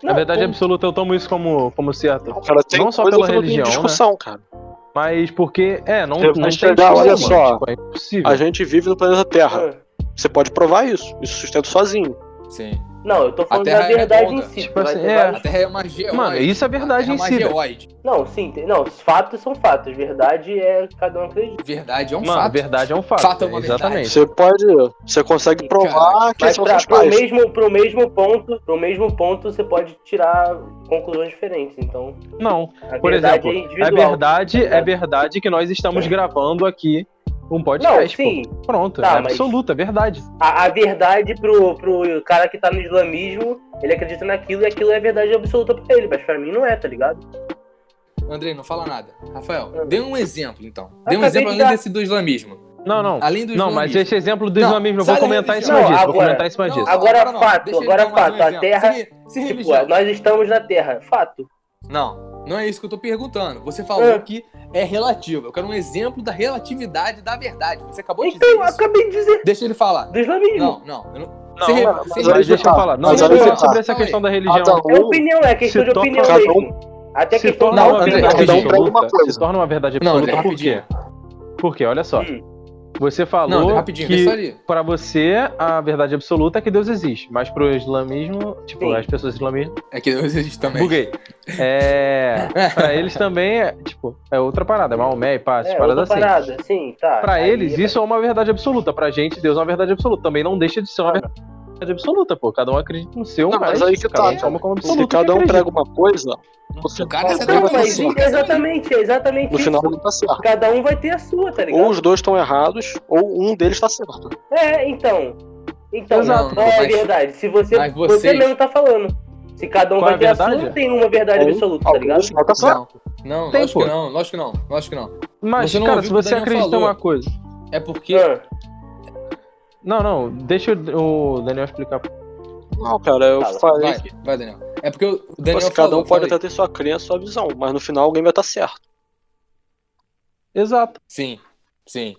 Não, um
a verdade é
ponto.
absoluta, eu tomo isso como, como certo.
Cara, tem
Não só
coisa
pela
que não tem
religião, né?
discussão, cara.
Mas porque, é, não,
Você
não
vai
tem
chegar, olha
discussão,
só.
Tipo, é impossível.
A gente vive no planeta Terra.
Ah,
Você pode provar isso. Isso sustenta sozinho.
Sim.
Não, eu tô falando
terra
da
é
verdade em
redonda.
si.
Tipo
tu vai
assim,
ter
é.
A
vários-
Terra é uma geoide.
Mano, isso é verdade
a
em
Terra
si,
É
velho.
uma geoide.
Não, sim, tem- não, os fatos são fatos. Verdade é cada um acredita.
Verdade é um
Mano,
fato.
verdade é um fato.
Fato é uma
exatamente.
Você pode. Você consegue provar que
Mas
são
pra,
seus
pro,
pais.
mesmo, pro mesmo ponto, pro mesmo ponto, você pode tirar conclusões diferentes. Então,
Não,
a
por
verdade
exemplo,
é
é
individual.
verdade, é verdade que nós estamos gravando aqui um
Não,
podcast. pô.
sim.
Pronto,
Tá,
é
mas-
absoluta, é verdade.
A, a verdade pro, pro cara que tá no islamismo, ele acredita naquilo e aquilo é verdade absoluta pra ele, mas pra mim não é, tá ligado?
Andrei, não fala nada. Rafael,
Eu-
dê um exemplo, então.
Eu
Dê um
Hum. acabei
exemplo
de
além
dar-
desse do islamismo.
Não, não.
Além do
Não, mas
islamismo.
esse exemplo do
Não,
islamismo, eu vou
sai da
comentar em
religião.
cima
Não,
disso. Vou
agora-
comentar em cima disso.
agora é
não.
fato,
Deixa ele
agora
dar mais
é fato. A
exemplo.
terra-
Sem, sem
Tipo,
religião.
nós estamos na Terra, fato.
Não, não é isso que eu tô perguntando. Você falou
É.
que é relativo. Eu quero um exemplo da relatividade da verdade. Você acabou de
Então, eu
dizer isso.
acabei de dizer
Deixa ele falar.
do islamismo.
Não, não. Eu não...
Não,
Sem-
mas-
sem-
mas olha,
Mas deixa eu falar. Não,
Mas
sobre,
olha só.
sobre essa
Calma aí.
questão da
Cada
religião.
um
É opinião, é questão
Se
de
torna- um
opinião
cada
mesmo. Até
se
questão
torna
Não,
da
uma
André,
opinião. É,
verdade
rapidinho.
Alguma
absoluta.
coisa.
Se torna uma verdade
Não, André,
absoluta por quê? Porque, olha só. Você falou
Não, André, rapidinho. é
que
Deixa ali.
Pra você, a verdade absoluta é que Deus existe. Mas pro islamismo, tipo,
Sim.
as pessoas islamistas.
É que eu existo também.
Buguei. É. pra eles também é, tipo, é outra parada. É Maomé e pá, essas
É,
paradas
outra
assim.
parada, sim, tá.
Pra
Aí
eles,
é-
isso é uma verdade absoluta. Pra gente, Deus é uma verdade absoluta. Também não deixa de ser uma
Ah,
verdade absoluta, pô. Cada um acredita no seu,
Não,
mas,
mas aí que
cada
tá,
um
cara.
toma como absoluta.
Se
o que
cada um
acredita.
prega uma coisa, você
O cara
fala
é
uma
Não,
doido,
coisa
mas
só.
maluco.
um exatamente, é exatamente
No
isso.
final não tá certo.
Cada um vai ter a sua, tá ligado?
Ou os dois estão errados, ou um deles tá certo.
É, então. Então,
Exato.
qual é a
Mas-
verdade? Se você,
mas
você
vocês-
mesmo tá falando. Se cada um
Qual é
vai
a
ter a
verdade?
sua, tem uma verdade
Ou
absoluta, tá
algum
ligado?
no final tá certo.
Não, não,
Tem,
lógico
pô.
que não, lógico que não, lógico que não.
Mas,
Você não
cara,
ouviu
se
o que o
você
Daniel
acredita em
falou.
uma coisa.
É porque.
Ah,
Não, não, deixa o o Daniel explicar.
Não, cara, eu
Fala,
falei
Vai,
que
vai, Daniel. É porque o Daniel.
você, cada
falou,
um pode
falei.
até ter sua crença, sua visão, mas no final alguém vai estar certo.
Exato,
Sim, sim.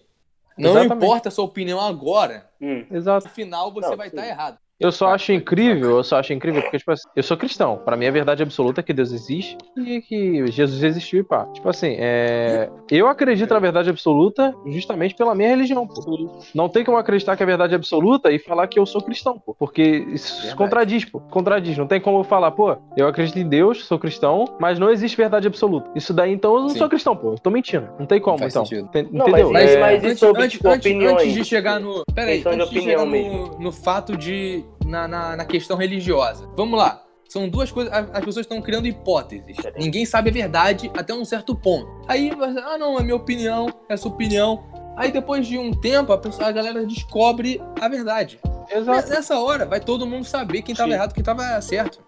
Não
Exatamente.
importa a sua opinião agora,
hum.
exato.
no final você
Não,
vai
sim.
estar errado.
Eu só
Tá,
acho
tá,
incrível, eu só acho incrível, porque, tipo assim, eu sou cristão. Pra mim, a verdade absoluta é que Deus existe e que Jesus existiu e pá. Tipo assim, é... eu acredito na verdade absoluta justamente pela minha religião, pô. Não tem como acreditar que é verdade absoluta e falar que eu sou cristão, pô. Porque isso se
Verdade.
contradiz, pô. Contradiz. Não tem como eu falar, pô, eu acredito em Deus, sou cristão, mas não existe verdade absoluta. Isso daí, então, eu não
Sim.
sou cristão, pô. Eu tô mentindo. Não tem como,
faz
então.
sentido.
Enten-
Não,
Entendeu?
mas-
É,
mas- e sobre, tipo, opiniões?
antes de chegar no. Peraí,
Questão de
antes de
opinião
chegar no, no fato de. Na, na, na questão religiosa. Vamos lá. São duas coisas. a- As pessoas estão criando hipóteses. Ninguém sabe a verdade até um certo ponto. Aí, você, ah, não, é minha opinião, é sua opinião. Aí depois de um tempo, a, pessoa- a galera descobre a verdade.
É,
é
Exato.
Nessa hora, vai todo mundo saber quem tava
Sim.
errado, quem tava certo,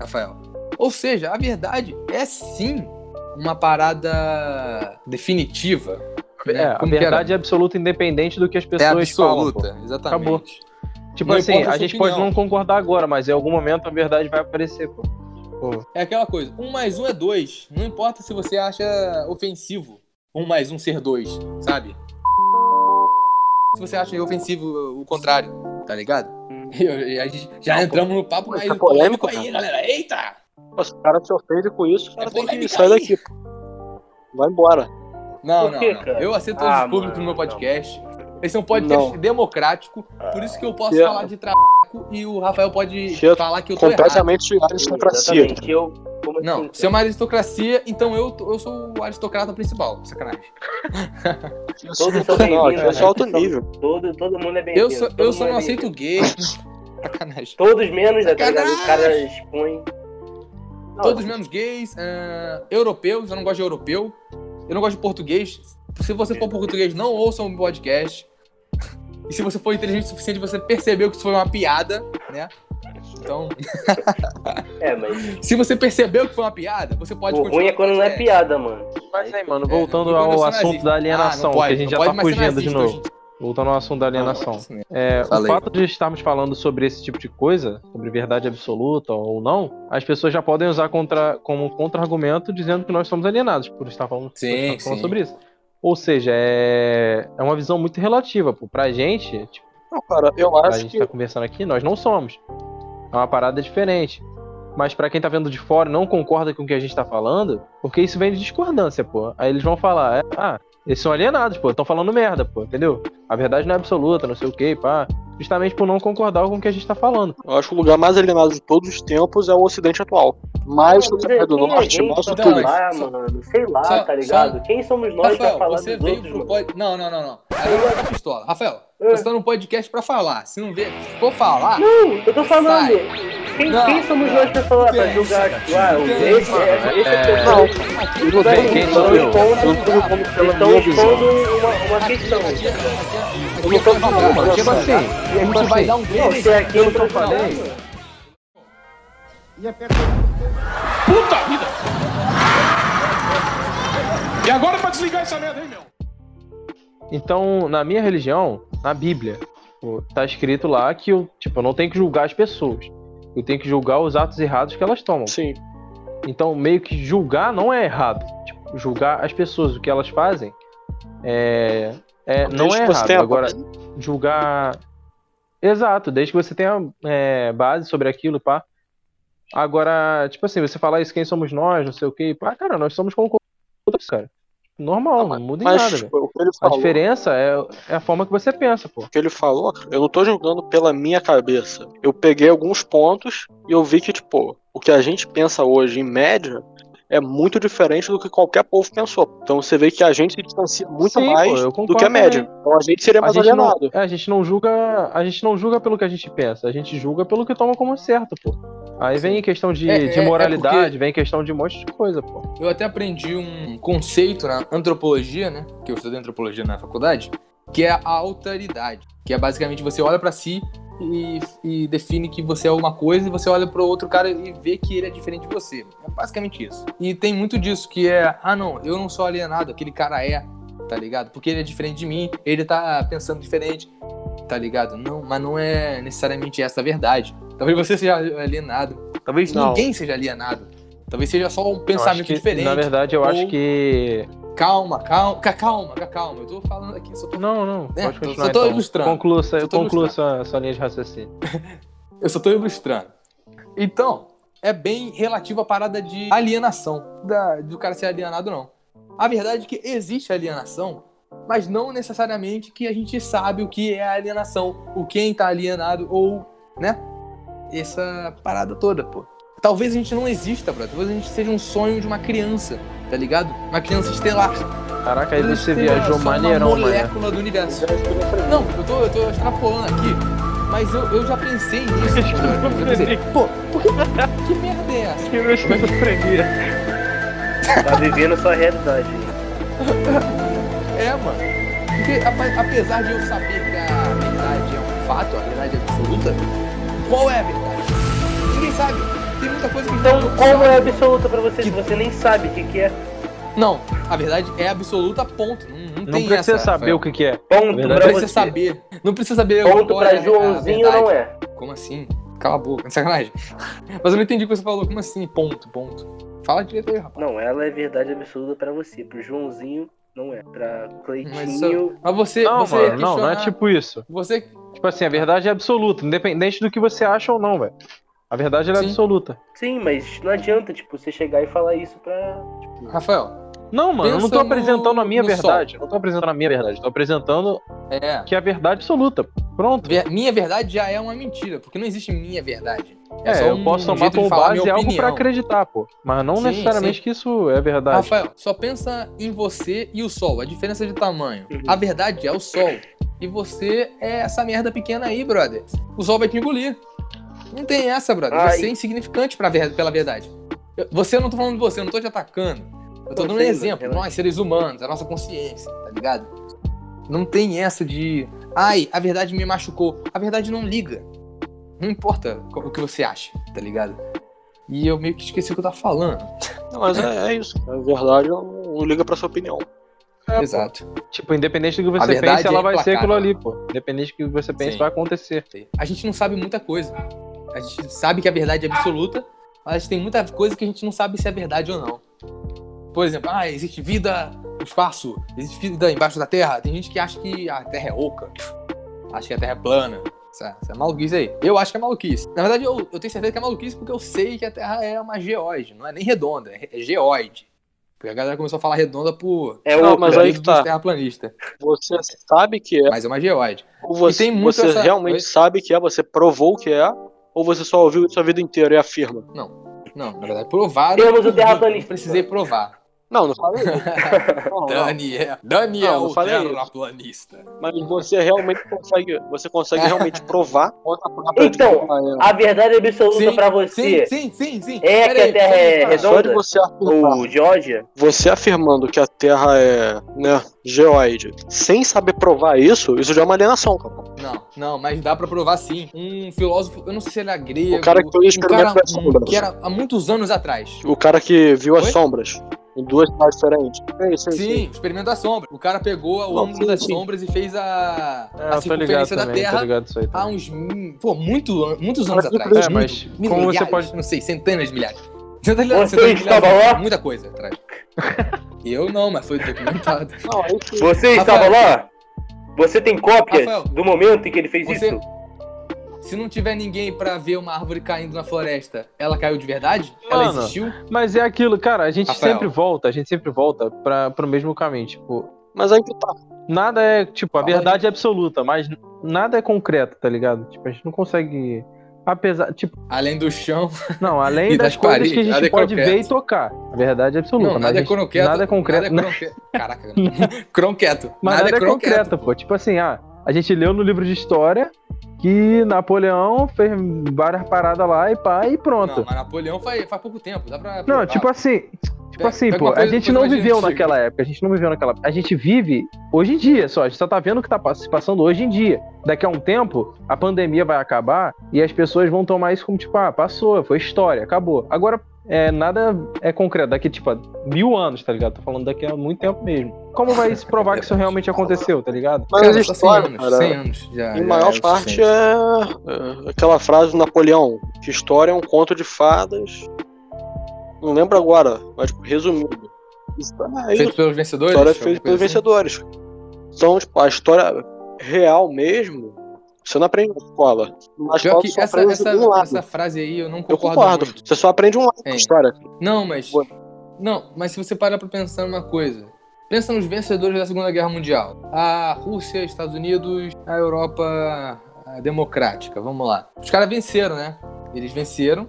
Rafael. Ou seja, a verdade é sim uma parada definitiva. né?
É, a
Como que era?
verdade é absoluta, independente do que as
é
pessoas falam. pô.
absoluta, exatamente.
Tipo
Não
assim,
importa a
a
sua
gente
opinião.
pode não concordar agora, mas em algum momento a verdade vai aparecer, pô.
É aquela coisa, um mais um é dois. Não importa se você acha ofensivo um mais um ser dois, sabe? Se você acha ofensivo o contrário, tá ligado? E a gente já
Hum. Não, pô.
entramos no papo mais
Tá
polêmico
polêmico,
aí,
cara.
galera. Eita!
Pô, se o cara se ofende com isso, o cara
É
tem que
polêmica
sair
aí.
daqui. pô. Vai embora.
Não,
Por quê,
não, não.
cara?
Eu aceito todos
Ah,
os públicos
mano,
no meu
não.
podcast. Esse é um podcast
Não.
democrático, por isso que eu posso
Que é-
falar de trabalho e o Rafael pode
Que é
falar que eu tô errado.
Completamente aristocracia.
Exatamente, eu... Como
Não,
assim,
se é uma aristocracia, então eu, eu sou o aristocrata principal. Sacanagem.
Isso
Todos
não,
são bem-vindos,
cara, isso é alto
né?
nível.
Todo, todo mundo é bem-vindo.
Eu, só,
todo
eu
mundo
só
é
não
bem-vindo.
aceito gay. Sacanagem.
Todos menos, né, tá ligado?
Sacanagem!
Os caras expõem... Não,
Todos menos gays, ahn, europeus, eu não gosto de europeu. Eu não gosto de português. Se você for português, não ouça o meu podcast. E se você for inteligente o suficiente, você percebeu que isso foi uma piada, né? Então,
É, mas
se você percebeu que foi uma piada, você pode
o ruim é quando não é piada, mano.
Mas aí, mano,
É,
voltando
Ah, não pode
ao
ser
assunto
nazista.
da alienação, que a gente já tá
é
fugindo de novo. Voltando ao assunto da alienação. É, o
Fala aí.
fato de estarmos falando sobre esse tipo de coisa, sobre verdade absoluta ou não, as pessoas já podem usar contra, como contra-argumento dizendo que nós somos alienados por estar falando, por
Sim,
estar falando
sim.
sobre isso. Ou seja, é, é uma visão muito relativa, pô. Pra gente, tipo,
Não, cara, eu
a
acho
gente
que.
tá conversando aqui, nós não somos. É uma parada diferente. Mas pra quem tá vendo de fora e não concorda com o que a gente tá falando, porque isso vem de discordância, pô. Aí eles vão falar, é, ah, eles são alienados, pô, estão falando merda, pô, entendeu? A verdade não é absoluta, não sei o que, pá. Justamente por não concordar com o que a gente tá falando.
Eu acho que o lugar mais alienado de todos os tempos é o Ocidente atual. Mais do que a Coreia do
Quem é
Norte,
gente
mais do
pra
que o
Não, mas-
falar,
só-
mano. Sei lá,
só-
tá ligado? Quem somos nós pra
Rafael,
falar
você
dos
veio
outros,
pro
mano?
podcast. Não, não, não, não. Agora você tá pistola. Rafael,
É.
você tá no podcast pra falar. Se não vê, se for falar.
Não, eu tô falando. Quem,
Não,
quem somos
não.
nós pra falar, pra
Tem,
julgar?
cara,
Tipo, ah,
tem,
esse
mano,
é. Esse é
é-
pessoal.
Aqui,
Eu não
Bem,
tenho
quem
como-
sou
eu
eu?
não tenho como pela
Estão
minha visão.
expondo uma, uma questão.
aqui, aqui, aqui.
Eu não tô falando,
Aqui
mano.
é
Tipo assim,
baseado.
a
E a gente vai dar um
Não,
grande
se é aquilo que eu falei.
Puta vida!
E agora é pra desligar essa merda aí, meu.
Então, na minha religião, na Bíblia, tipo, tá escrito lá que eu, tipo, eu não tenho que julgar as pessoas. Eu tenho que julgar os atos errados que elas tomam.
Sim.
Então, meio que julgar não é errado. Tipo, julgar as pessoas, o que elas fazem, é, é- não
Desde
é
que você
errado.
tenha
Agora, julgar. Exato, desde que você tenha é, base sobre aquilo, pá. Agora, tipo assim, você falar isso, quem somos nós, não sei o quê, pá, cara, nós somos como outros, cara. Normal, não muda em
Ah, Mas
nada, velho.
tipo, o que ele
A
falou,
diferença é, é a forma que você pensa, pô.
o que ele falou, cara, eu não tô julgando pela minha cabeça. Eu peguei alguns pontos e eu vi que, tipo, o que a gente pensa hoje, em média, é muito diferente do que qualquer povo pensou. Então você vê que a gente se distancia muito
Sim, pô,
mais
eu
do que
concordo
a média. Então a gente seria
A
mais
gente, não,
alienado.
é, a gente não julga, a gente não julga pelo que a gente pensa, a gente julga pelo que toma como certo, pô. Aí vem questão de,
É, é,
de
é
moralidade,
porque-
vem questão de um monte de coisa, pô.
Eu até aprendi um conceito na antropologia, né? Que eu estudei antropologia na faculdade, que é a alteridade. Que é basicamente você olha pra si e, e define que você é uma coisa e você olha pro outro cara e vê que ele é diferente de você. É basicamente isso. E tem muito disso, que é, ah não, eu não sou alienado, aquele cara é, tá ligado? Porque ele é diferente de mim, ele tá pensando diferente, tá ligado? Não, mas não é necessariamente essa a verdade. Talvez você seja alienado, talvez
Não.
ninguém seja alienado. Talvez seja só um
Eu acho
pensamento
que,
diferente.
Na verdade, eu
ou-
acho que
Calma, calma, ca- calma, ca- calma. Eu tô falando aqui, só tô-
não, não,
É,
pode
tô-
continuar.
só tô
então.
ilustrando.
Conclua, essa-
Só tô
conclua essa, essa linha de raciocínio.
eu só tô ilustrando. Então, é bem relativo à parada de alienação, da- do cara ser alienado ou não. A verdade é que existe alienação, mas não necessariamente que a gente sabe o que é a alienação, o quem tá alienado ou, né? Essa parada toda, pô. Talvez a gente não exista, brother. Talvez a gente seja um sonho de uma criança, tá ligado? Uma criança estelar.
Caraca, aí você
Estrela,
viajou
é só uma
maneirão, mano.
molécula do universo. Não, eu tô, eu tô extrapolando aqui, mas eu, eu já pensei nisso. cara. Eu pensei, Pô, por que, que merda é essa?
Eu esquizofrenia.
Tá vivendo sua realidade.
É, mano. Porque apa- apesar de eu saber que a verdade é um fato, a verdade é absoluta, qual é a verdade? Ninguém sabe. Tem muita coisa que
Então,
não
como
sabe.
é absoluta pra você se você nem sabe o que, que é?
Não, a verdade é absoluta, ponto. Não, não,
Não
tem
precisa
essa,
saber
Rafael.
o que que é.
Ponto
Verdade.
Não
pra
precisa
você.
saber. Não precisa saber
Ponto
qual
pra
é a
Joãozinho
verdade.
não é.
Como assim? Cala a boca. Sacanagem. Mas eu não entendi o que você falou. Como assim? Ponto, ponto. Fala direito aí, rapaz.
Não, ela é verdade absoluta pra você. Pro Joãozinho não é. Pra
Mas, isso-
Cleitinho.
mas você.
Não,
você
mano, não, não é
questionar-
tipo isso.
Você.
Tipo assim, a verdade é absoluta, independente do que você acha ou não, velho. A verdade ela é
Sim.
absoluta.
Sim, mas não adianta, tipo, você chegar e falar isso pra. tipo,
Rafael.
Não, mano, eu não tô
Pensa no-
apresentando a minha
no
verdade. Eu não tô apresentando a minha verdade. Tô apresentando
É.
que é a verdade absoluta. Pronto.
ver- Minha verdade já é uma mentira, porque não existe minha verdade.
É,
só
eu
um
posso tomar
jeito de
como
falar a
base
minha
algo pra
opinião.
acreditar, pô. Mas não
Sim,
necessariamente
sim.
que isso é verdade.
Rafael, só pensa em você e o sol, a diferença de tamanho.
Uhum.
A verdade é o sol. E você é essa merda pequena aí, brother. O sol vai te engolir. Não tem essa, brother.
Ai.
Você é insignificante pra ver, pela verdade. Eu- Você, eu não tô falando de você, eu não tô te atacando. Eu tô
Não
dando um
sei,
exemplo.
mano, relaxa.
Nós, seres humanos, a nossa consciência, tá ligado? Não tem essa de. Ai, a verdade me machucou. A verdade não liga. Não importa o que você acha, tá ligado? E eu meio que esqueci o que eu tava falando.
Não, mas é, é isso. Na verdade, eu não, não liga pra sua opinião.
É, pô.
Exato.
Tipo, independente do que
A
você
verdade
pense, ela
é
vai ser aquilo
implacável.
ali, pô. Independente do que você pense,
Sim.
vai acontecer.
A gente não sabe muita coisa. A gente sabe que a verdade é absoluta, mas tem muita coisa que a gente não sabe se é verdade ou não. Por exemplo, ah, existe vida no espaço, existe vida embaixo da Terra. Tem gente que acha que a Terra é oca, acha que a Terra é plana. Isso é, isso é maluquice aí. Eu acho que é maluquice. Na verdade, eu, eu tenho certeza que é maluquice porque eu sei que a Terra é uma geóide, não é nem redonda, é é geóide. Porque a galera começou a falar redonda por
É
Não,
outra.
mas aí que tá.
terraplanista,
Você sabe que é,
mas é uma geóide.
ou você,
tem muito
você
essa-
realmente
Oi?
sabe que é, você provou que é, ou você só ouviu isso a vida inteira e afirma.
Não, na verdade, provaram.
Temos o
tudo,
terraplanista.
Não precisei provar.
Não, não falei isso. Não,
Então,
não.
Daniel, Daniel
Não, não falei isso.
terraplanista.
Mas você realmente consegue, você consegue realmente provar contra a própria
Então,
Ah,
A verdade absoluta
Sim,
pra você.
Sim, sim, sim, sim.
É
Pera
que
aí,
a Terra
deixa eu
é
falar.
é só de
redonda?
você afirmar,
Ou Georgia?
você afirmando que a Terra é, né, geoide, sem saber provar isso, isso já é uma alienação, cara.
Não, não, mas dá pra provar sim. Um filósofo, eu não sei se ele era grego.
O cara que fez
um cara,
experimento das
um,
sombras.
que era há muitos anos atrás.
O cara que viu as
Oi?
sombras. O Em duas cidades diferentes. É isso, é isso.
Sim, o experimento da sombra. O cara pegou o
Não,
ângulo
sim,
das
sim.
sombras e fez a,
É,
a
eu tô ligado
circunferência da
também, tô
Terra
ligado isso aí.
há
também.
uns. hum, Pô, muito, an- muitos anos
Mas,
atrás.
É, mas
Muito,
como
milhares,
você pode.
Não sei, centenas de milhares. Centenas de
Você
centenas de
estava
milhares,
lá?
Muita coisa atrás. Eu não, mas foi documentado.
Não, é isso.
Rafael.
Você estava lá? Você tem cópias
Rafael.
do momento em que ele fez
Você-
isso?
Se não tiver ninguém pra ver uma árvore caindo na floresta, ela caiu de verdade? ela
Mano.
existiu?
Mas é aquilo, cara, a gente
Rafael.
sempre volta, a gente sempre volta pra, pro mesmo caminho. Tipo,
Mas aí que tá.
nada é, tipo, a
Fala aí.
verdade é absoluta, mas nada é concreto, tá ligado? Tipo, a gente não consegue. Apesar, tipo,
Além do chão.
não, além
E
das,
das
coisas que a
paredes, nada
gente
é
pode
concreto.
ver e tocar. A verdade é absoluta.
Não,
mas
nada
a
é
gente-
croqueto.
Nada é concreto.
Nada é croqueto. Caraca. Cronqueto.
Mas nada, é concreto, pô. Tipo assim, ah, a gente leu no livro de história que Napoleão fez várias paradas lá e pá, e
Não,
pronto.
mas Napoleão faz, faz pouco tempo. Dá pra.
Não,
provar.
tipo assim, tipo
Pega-
assim,
pega
pô,
uma
a
coisa-
gente
coisa
não
mais
viveu
antiga.
naquela época, a gente não viveu naquela época. A gente vive hoje em dia só, a gente só tá vendo o que tá pa- se passando hoje em dia. Daqui a um tempo, a pandemia vai acabar e as pessoas vão tomar isso como, tipo, ah, passou, foi história, acabou. Agora, é, nada é concreto, daqui, tipo, a mil anos, tá ligado? Tô falando daqui a muito tempo mesmo. Como vai se provar que isso realmente aconteceu, tá ligado?
Mas
Cara,
as
só 100
histórias,
anos.
cara.
100 anos já.
Em
já
maior
é o
parte
suficiente.
é, é aquela frase do Napoleão, que história é um conto de fadas. Não lembro agora, mas tipo, resumindo. Isso é isso.
Feito pelos vencedores?
história
alguma
feita
coisa
pelos
assim?
vencedores. Então, tipo, a história real mesmo, você não aprende na escola. Na
Pior
escola
que
você
essa,
aprende
essa-
de um lado.
essa frase aí eu não
eu
concordo,
concordo.
muito.
Você só aprende um lado da
É.
história.
Não, mas.
Boa.
Não, mas se você parar pra pensar numa coisa. Pensa nos vencedores da Segunda Guerra Mundial. A Rússia, Estados Unidos, a Europa a democrática, vamos lá. Os caras venceram, né? Eles venceram.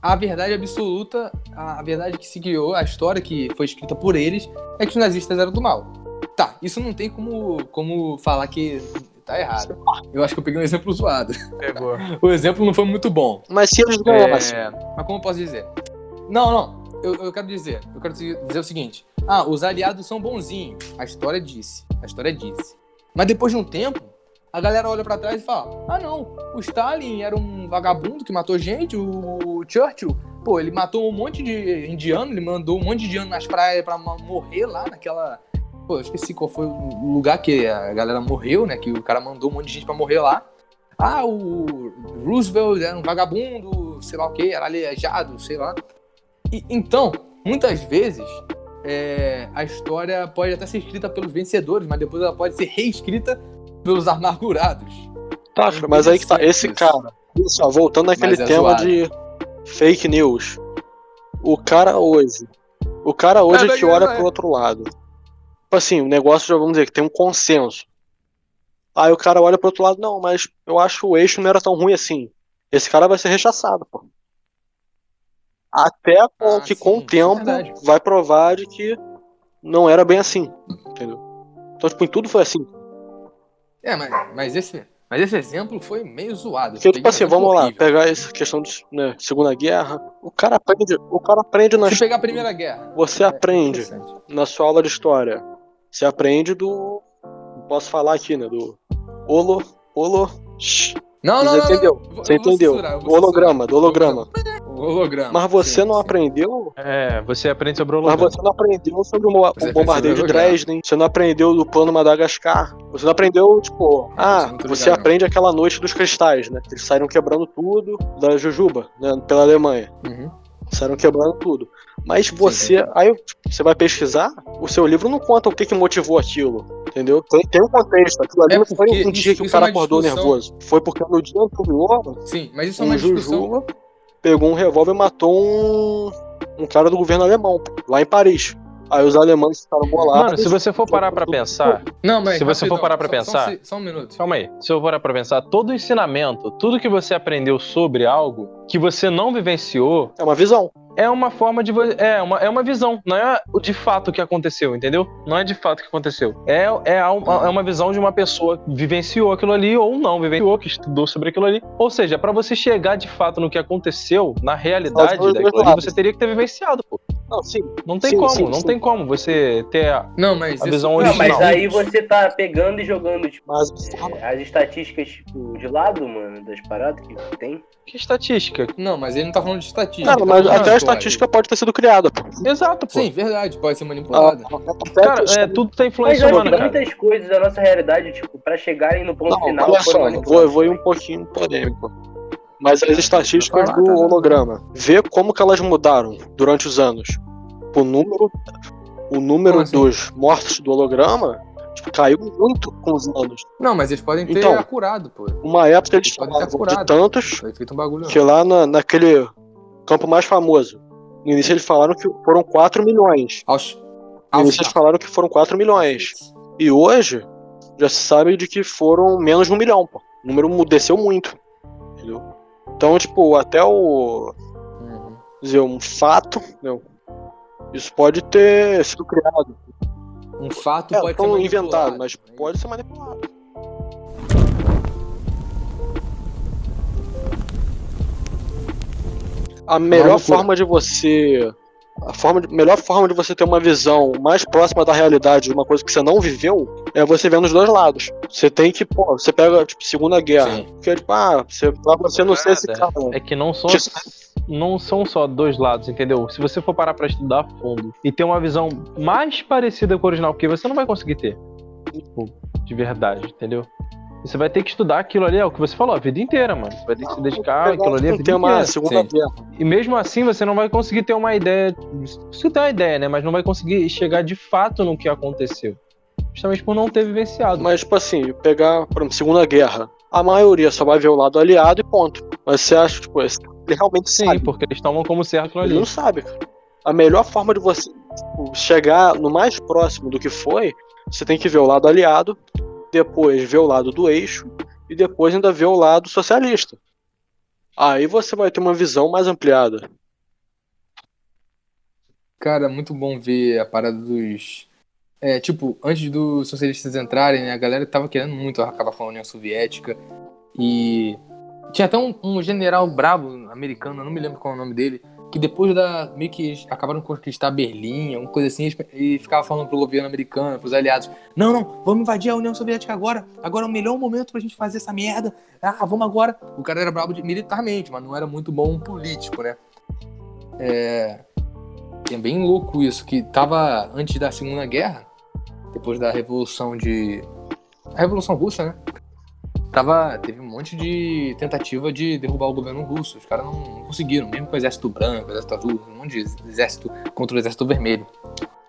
A verdade absoluta, a a verdade que se guiou, a história que foi escrita por eles, é que os nazistas eram do mal. Tá, isso não tem como, como falar que tá errado. Eu acho que eu peguei um exemplo zoado.
Pegou.
O exemplo não foi muito bom.
Mas se eles
É,
ganhassem,
mas como eu posso dizer? Não, não. Eu, eu quero dizer, eu quero dizer o seguinte. Ah, os aliados são bonzinhos. A história disse. A história disse. Mas depois de um tempo, a galera olha pra trás e fala: Ah, não, o Stalin era um vagabundo que matou gente, o Churchill, pô, ele matou um monte de indiano, ele mandou um monte de indiano nas praias pra ma- morrer lá naquela. Pô, eu esqueci qual foi o lugar que a galera morreu, né? Que o cara mandou um monte de gente pra morrer lá. Ah, o Roosevelt era um vagabundo, sei lá o que, era aleijado, sei lá. E, então, muitas vezes, é, a história pode até ser escrita pelos vencedores, mas depois ela pode ser reescrita pelos amargurados.
tá,
é
mas aí que tá. Esse
interessante
cara, olha só, voltando àquele
Mas é
tema
zoado.
de fake news. O cara hoje. O cara hoje
Nada
é que
ganha,
olha
vai.
pro outro lado. Tipo assim, o negócio já vamos dizer que tem um consenso. Aí o cara olha pro outro lado, não, mas eu acho o eixo não era tão ruim assim. Esse cara vai ser rechaçado, pô. Até com-
Ah,
que com
sim,
o
isso é
tempo
verdade.
vai provar de que não era bem assim. Entendeu? Então, tipo, em tudo foi assim.
É, mas, mas esse, mas esse exemplo foi meio zoado.
Porque,
Peguei
tipo
um
assim,
exemplo
vamos lá,
horrível.
pegar essa questão de né, Segunda Guerra. O cara aprende, o cara aprende na
Se pegar a Primeira Guerra.
Você aprende
Interessante.
na sua aula de história. Você aprende do. não Posso falar aqui, né? Do. Holo. Holo. shh,
Não, não,
Você
não, não,
entendeu?
não. Eu vou-
Você
eu vou
entendeu?
censurar, eu
O
vou
holograma, do holograma.
censurar. O holograma.
Mas você
sim,
não
sim.
aprendeu.
É, você aprende sobre o
Mas
holograma.
você não aprendeu sobre o, mo-
é Você
o bombardeio
fez sobre
de
o holograma.
Dresden. Você não aprendeu do plano Madagascar. Você não aprendeu, tipo,
isso eu
ah,
não tô
você
ligado, não.
aprende aquela noite dos cristais, né? que Eles saíram quebrando tudo da Jujuba, né? Pela Alemanha.
Uhum.
Saíram quebrando tudo. Mas você.
sim.
Aí tipo, você vai pesquisar, o seu livro não conta o que, que motivou aquilo. Entendeu? Tem, tem um contexto. Aquilo ali
É
não foi um
porque
dia
isso-
que o
isso
cara
é uma
acordou
discussão.
nervoso. Foi porque no dia anterior,
Sim, mas isso é
um
uma discussão.
Jujuba pegou um revólver e matou um. um cara do governo alemão, lá em Paris. Aí os alemães ficaram bolados.
Mano, se você for parar pra pensar,
Não, mas
Se você for
rapidão,
parar pra
só- só um
pensar-
se- Só um minuto.
Calma aí. Se eu for pra pensar, todo ensinamento, tudo que você aprendeu sobre algo que você não vivenciou,
É uma visão.
é uma forma de. vo- É uma, é uma visão. Não é o de fato que aconteceu, entendeu? Não é de fato que aconteceu. É, é, a- é uma visão de uma pessoa que vivenciou aquilo ali ou não vivenciou, que estudou sobre aquilo ali. Ou seja, pra você chegar de fato no que aconteceu, na realidade
Nós dois
daquilo ali,
lados.
você teria que ter vivenciado, pô.
Não, sim.
Não tem
Sim,
como,
sim,
não
sim.
tem como você ter a,
Não, mas
a
isso-
visão
Não,
original.
mas aí você tá pegando e jogando, tipo,
Mas você tá
é, as estatísticas, tipo, de lado, mano, das paradas que tem.
Que estatística?
Não, mas ele não tá falando de estatística.
Cara,
ele tá
mas
falando de
até a
história.
estatística pode ter sido criada, pô.
Exato, pô.
Sim, verdade, pode ser
Ela-
manipulada.
ela- ela-
Cara,
até-
é, tudo tem
Mas
influência
eu acho
humana,
que
cara.
muitas coisas da nossa realidade, tipo, pra chegarem no ponto
Não,
final.
olha só,
foram
eu vou,
manipuladas.
eu vou ir um pouquinho polêmico. Mas as estatísticas
Ah, tá.
do holograma, vê como que elas mudaram durante os anos. O número, o número
Como assim?
dos mortos do holograma tipo, caiu muito com os anos.
Não, mas eles podem ter
Então.
acurado, pô.
Uma época eles
Eles podem
falavam
ter curado.
de tantos
Foi escrito um bagulho.
que lá na- naquele campo mais famoso. No início eles falaram que foram 4 milhões.
Aos...
No
Aos...
início eles falaram que foram 4 milhões. E hoje, já se sabe de que foram menos de um milhão, pô. O número mu- desceu muito. Entendeu? Então, tipo, até o.
Uhum.
dizer, um fato, entendeu? Isso pode ter sido criado.
Um fato
É,
pode ser
tão
manipulado.
inventado, mas
né?
pode ser manipulado. A melhor
loucura.
forma de você. A forma de- melhor forma de você ter uma visão mais próxima da realidade de uma coisa que você não viveu é você vendo os dois lados. Você tem que, pô, você pega, tipo, Segunda Guerra.
Sim.
Porque, tipo, ah, você, pra você não ser esse cara.
Nada. É que não são,
Tipo,
não são só dois lados, entendeu? Se você for parar pra estudar a fundo e ter uma visão mais parecida com o original, porque você não vai conseguir ter. Tipo, de verdade, entendeu? Você vai ter que estudar aquilo ali, é o que você falou, a vida inteira, mano. Você vai ter que se dedicar àquilo ali é a
Tem
vida
uma
inteira.
um Segunda
Sim.
Guerra.
E mesmo assim você não vai conseguir ter uma ideia. Você tem uma ideia, né? Mas não vai conseguir chegar de fato no que aconteceu. Justamente por não ter vivenciado.
Mas, tipo assim, pegar, por exemplo, Segunda Guerra, a maioria só vai ver o lado aliado e ponto. Mas você acha, tipo, esse- ele realmente
Sim,
sabe.
porque eles tomam como certo
Ele
ali.
não sabe, cara. A melhor forma de você tipo, chegar no mais próximo do que foi, você tem que ver o lado aliado, depois ver o lado do eixo, e depois ainda ver o lado socialista. Aí você vai ter uma visão mais ampliada.
Cara, é muito bom ver a parada dos. É, tipo, antes dos socialistas entrarem, né, a galera tava querendo muito acabar com a União Soviética. E tinha até um, um general brabo americano, eu não me lembro qual é o nome dele, que depois da. meio que eles acabaram de conquistar Berlim, alguma coisa assim, e ficava falando pro governo americano, pros aliados: Não, não, vamos invadir a União Soviética agora, agora é o melhor momento pra gente fazer essa merda, ah, vamos agora. O cara era brabo de- militarmente, mas não era muito bom político, né? E é bem louco isso, que tava antes da Segunda Guerra, depois da Revolução de. A Revolução Russa, né? Tava, teve um monte de tentativa de derrubar o governo russo. Os caras não, não conseguiram, mesmo com o exército branco, o exército azul, um monte de exército contra o exército vermelho.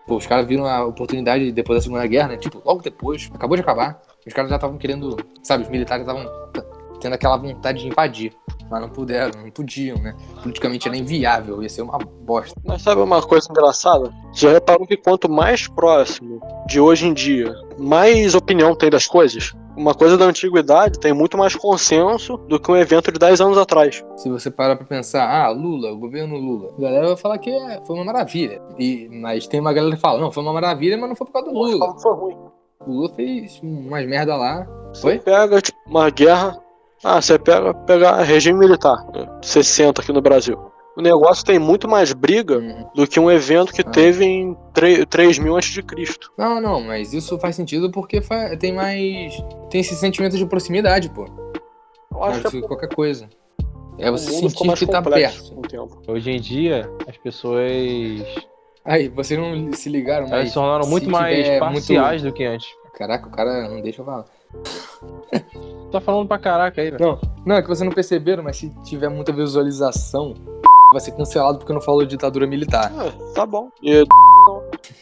Pô, os caras viram a oportunidade depois da Segunda Guerra, né? Tipo, logo depois, acabou de acabar. Os caras já estavam querendo, sabe, os militares estavam t- tendo aquela vontade de invadir. Mas não puderam, não podiam, né? Politicamente era inviável, ia ser uma bosta.
Mas sabe uma coisa engraçada? Já reparou que quanto mais próximo de hoje em dia, mais opinião tem das coisas? Uma coisa da antiguidade tem muito mais consenso do que um evento de 10 anos atrás.
Se você parar pra pensar, ah, Lula, o governo Lula, a galera vai falar que é- foi uma maravilha. E, mas tem uma galera que fala, não, foi uma maravilha, mas não foi por causa do Lula.
Foi ruim.
O Lula fez umas merda lá.
Você
Foi?
pega tipo, uma guerra. Ah, você pega, pega regime militar, né, 60 aqui no Brasil. O negócio tem muito mais briga
Uhum.
do que um evento que teve em 3, 3000 antes de Cristo.
Não, não, mas isso faz sentido porque fa- tem mais. Tem esse sentimento de proximidade, pô.
Eu
Mais
acho
do
que
que
é porque
qualquer coisa. É
o
você
mundo ficou
sentir
mais
que tá
complexo
perto.
com o tempo.
Hoje em dia, as pessoas
Aí, vocês não se ligaram, mas.
elas se tornaram
É se
muito mais
tiver
parciais do que antes.
muito- Caraca, o cara não deixa eu falar.
Tá falando pra caraca aí, velho.
Não, não, é que vocês não perceberam, mas se tiver muita visualização, vai ser cancelado porque não falou ditadura militar.
Ah, tá bom. E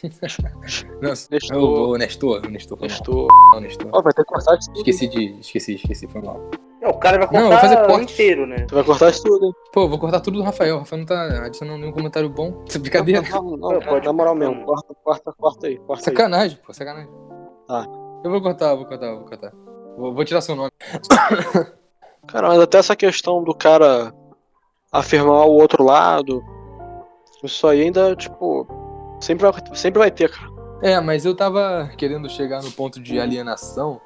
Não,
Nestor.
o, o Nestor, o Nestor, foi mal.
estou.
Não, Nestor.
Ó, vai ter que cortar isso tudo.
Esqueci de. Esqueci, esqueci, foi mal.
Não, o cara vai
Não, eu vou
contar
fazer corte.
inteiro, né?
Tu vai cortar isso tudo, hein?
Pô, vou cortar tudo do Rafael. O Rafael não tá adicionando nenhum comentário bom. Isso é brincadeira.
Não, não, não,
Não,
pode,
pode-
na moral mesmo. Corta, corta, corta aí. Corta aí.
Sacanagem, pô, sacanagem.
Tá.
Eu vou cortar, vou cortar, vou cortar. Vou, vou tirar seu nome.
Cara, mas até essa questão do cara afirmar o outro lado, isso aí ainda, tipo, sempre vai, sempre vai ter, cara.
É, mas eu tava querendo chegar no ponto de alienação